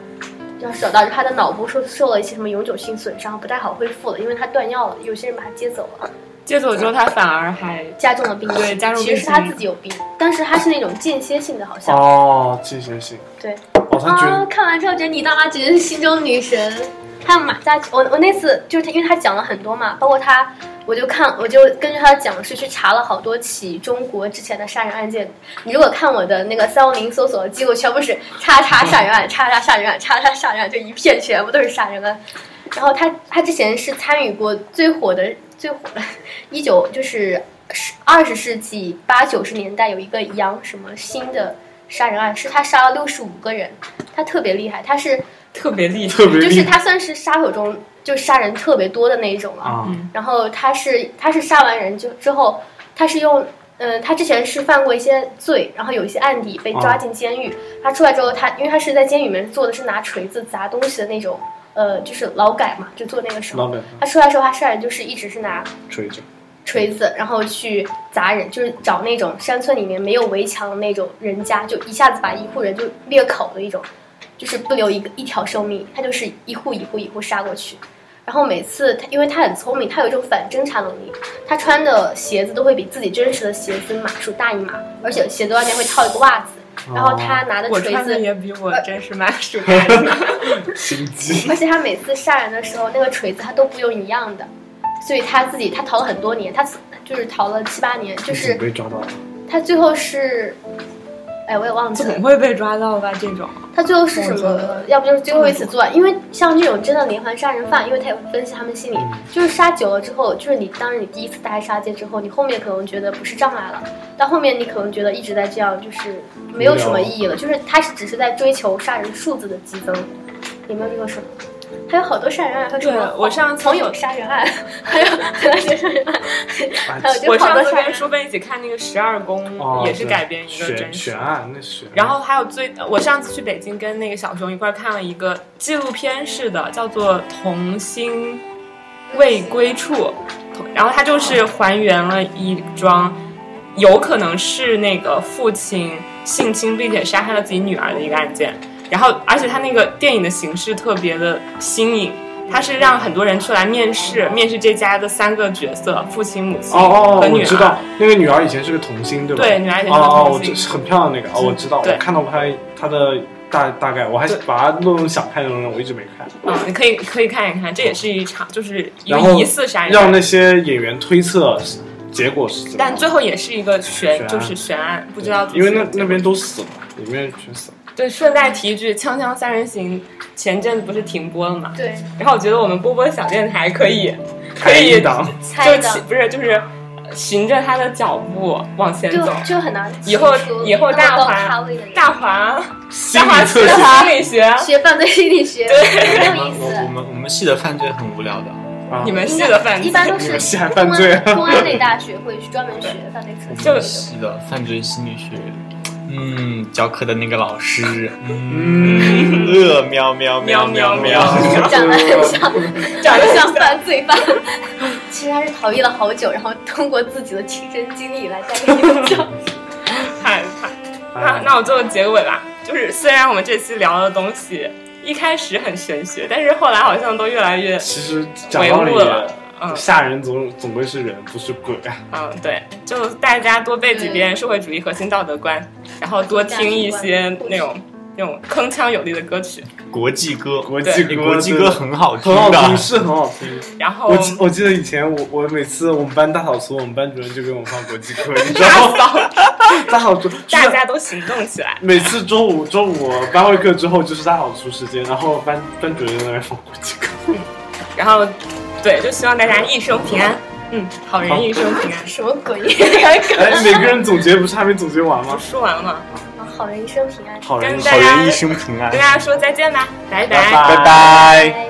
B: 要是导致她的脑部受受了一些什么永久性损伤，不太好恢复了，因为她断药了，有些人把她接走了，
A: 戒走之后他反而还
B: 加重了病情。
A: 对加重
B: 其实是
A: 病
B: 他
A: 情
B: 自己有病，但是他是那种间歇性的，好像。
C: 哦，这些行。
B: 对。
C: 哦，他觉
B: 啊！
C: 得
B: 看完之后觉得你大妈简直是心中女神。还有马嘉祺，我我那次就是他，因为他讲了很多嘛，包括他，我就看我就跟着他的讲述去查了好多起中国之前的杀人案件。你如果看我的那个三六零搜索的记录，全部是叉叉杀人案、叉叉杀人案、叉叉杀人案，就一片全部都是杀人案。然后他他之前是参与过最火的最火的，一九就是十二十世纪八九十年代有一个杨什么新的杀人案，是他杀了六十五个人，他特别厉害，他是
A: 特别厉害。
C: 特别
B: 就
C: 厉
B: 是
C: 害
B: 他算是杀手中就杀人特别多的那一种了、
C: 啊
A: 嗯
B: 然后他是他是杀完人就之后，他是用嗯、他之前是犯过一些罪，然后有一些案底被抓进监狱。他出来之后，他因为他是在监狱里面做的是拿锤子砸东西的那种，呃，就是劳改嘛，就做那个时
C: 老
B: 候。
C: 板
B: 他出来之后，他杀人就是一直是拿
C: 垂着，
B: 锤子，然后去砸人，就是找那种山村里面没有围墙的那种人家，就一下子把一户人就灭口的一种，就是不留一个一条生命，他就是一户一户一户杀过去。然后每次他，因为他很聪明，他有一种反侦查能力，他穿的鞋子都会比自己真实的鞋子码数大一码，而且鞋子外面会套一个袜子。然后他拿的
A: 哦我
B: 锤
A: 穿的
B: 子，呃
A: 也比我真实买数大一 码
C: 心机。
B: 而且他每次杀人的时候，那个锤子他都不用一样的，所以他自己他逃了很多年，他就是逃了七八年，就是
C: 被抓到了，
B: 他最后是，哎，我也忘记了
A: 总，会被抓到吧？这种
B: 他最后是什
A: 我觉
B: 么
A: 得？
B: 要不就是最后一次作案，因为像这种真的连环杀人犯，因为他也会分析他们心理，就是杀久了之后，就是你当你第一次大开杀戒之后，你后面可能觉得不是障碍了，到后面你可能觉得一直在这样就是没有什么意义了，就是他是只是在追求杀人数字的激增，有没有这个说法？还有好多杀人案，还有什么
A: 对我上次
B: 朋友杀人案，还有还有一些杀人案，还有就
A: 我
B: 好
A: 上
B: 多
A: 次
B: 杀
A: 跟
B: 人案。
A: 舒贝一起看那个《十二宫
C: 哦》，，
A: 也是
C: 对
A: 改编一个
C: 悬
A: 真实
C: 悬。案，那悬案。
A: 然后还有最，我上次去北京跟那个小熊一块儿看了一个纪录片式的，叫做《童心未归处》，同然后它就是还原了一桩有可能是那个父亲性侵并且杀害了自己女儿的一个案件。然后，而且它那个电影的形式特别的新颖，它是让很多人出来面试，面试这家的三个角色：父亲、母亲
C: 哦哦，
A: 和
C: 哦
A: 女
C: 我
A: 儿。
C: 知道，那个女儿以前是个童星，对吧？
A: 对，女儿也是
C: 哦哦，
A: 童
C: 我这
A: 星。
C: 是很漂亮那个，哦，我知道，
A: 对
C: 我看到过她她的大大概，我还是把它弄成想看的那种，我一直没看，
A: 嗯，你可以可以看一看，这也是一场就是一
C: 然
A: 个
C: 后
A: 疑似杀人案，
C: 让那些演员推测是结果是怎么
A: 但
C: 样，
A: 最后也是一个悬，
C: 哦悬案
A: 就是悬案，不知道
C: 因为那
A: 怎么
C: 那边都死了，里面全死了，
A: 对顺带提一句，《锵锵三人行》前阵子不是停播了嘛，
B: 对，
A: 然后我觉得我们波波小电台可以可
C: 开一
A: 以
C: 档，
B: 猜
A: 就
B: 的
A: 起，不是就是呃循着他的脚步往前
B: 就
A: 走，
B: 就很难
A: 以后
B: 清楚
A: 以后
B: 那么
A: 大
B: 高
A: 环
B: 咖位的人
A: 大华
C: 心
A: 大华
C: 理
A: 学心理学，
C: 测试，
B: 学犯罪心理学，很有意
G: 我我
B: 思。
G: 们我们系的犯罪很无聊的，
C: 啊
A: 你们系的犯
B: 一
A: 罪，
B: 般都
C: 你
B: 是
C: 们系还犯罪啊
B: 公安公安类大学会去专门学犯罪测
A: 就
B: 试。
G: 我们系的犯罪心理学。嗯，教课的那个老师，嗯，
C: 嗯
G: 呃，喵喵喵
A: 喵
G: 喵
A: 喵喵
B: 长得很像，
A: 长
B: 长
A: 得像
B: 得像犯罪犯。其实他是逃避了好久，然后通过自己的亲身经历来加以印证。
A: 太太。
C: 哎
A: 那那我做个结尾吧，就是虽然我们这期聊的东西一开始很玄学，但是后来好像都越来越，
C: 其实讲道理
A: 唯物了嗯，
C: 吓人总总归是人，不是鬼。
A: 嗯，
C: 啊
A: 对，就大家多背几遍社会主义核心道德观，然后多听一些那种那种铿锵有力的歌曲，
G: 国际歌，
C: 国际
G: 哎
C: 歌，
G: 国际歌很好听
C: 很 好听，
G: 的，
C: 是很好听。
A: 然后
C: 我记我记得以前我我每次我们班大扫除，我们班主任就给我们放国际课，你知 道吗？大扫除，
A: 大家都行动起来。
C: 每次周五周五班会课之后就是大扫除时间，然后班班主任在那边放国际 课。
A: 然后，对，就希望大家一生平安，嗯，好人一生平安。
B: 什么鬼？
C: 哎，每个人总结不是还没总结完吗？
A: 说完了吗，
B: 好人一生平安。
C: 好人
A: 跟
C: 一
A: 大
G: 好
A: 家
G: 人一生平安
A: 跟，大家说再见吧，拜
C: 拜
G: 拜拜。
B: 拜。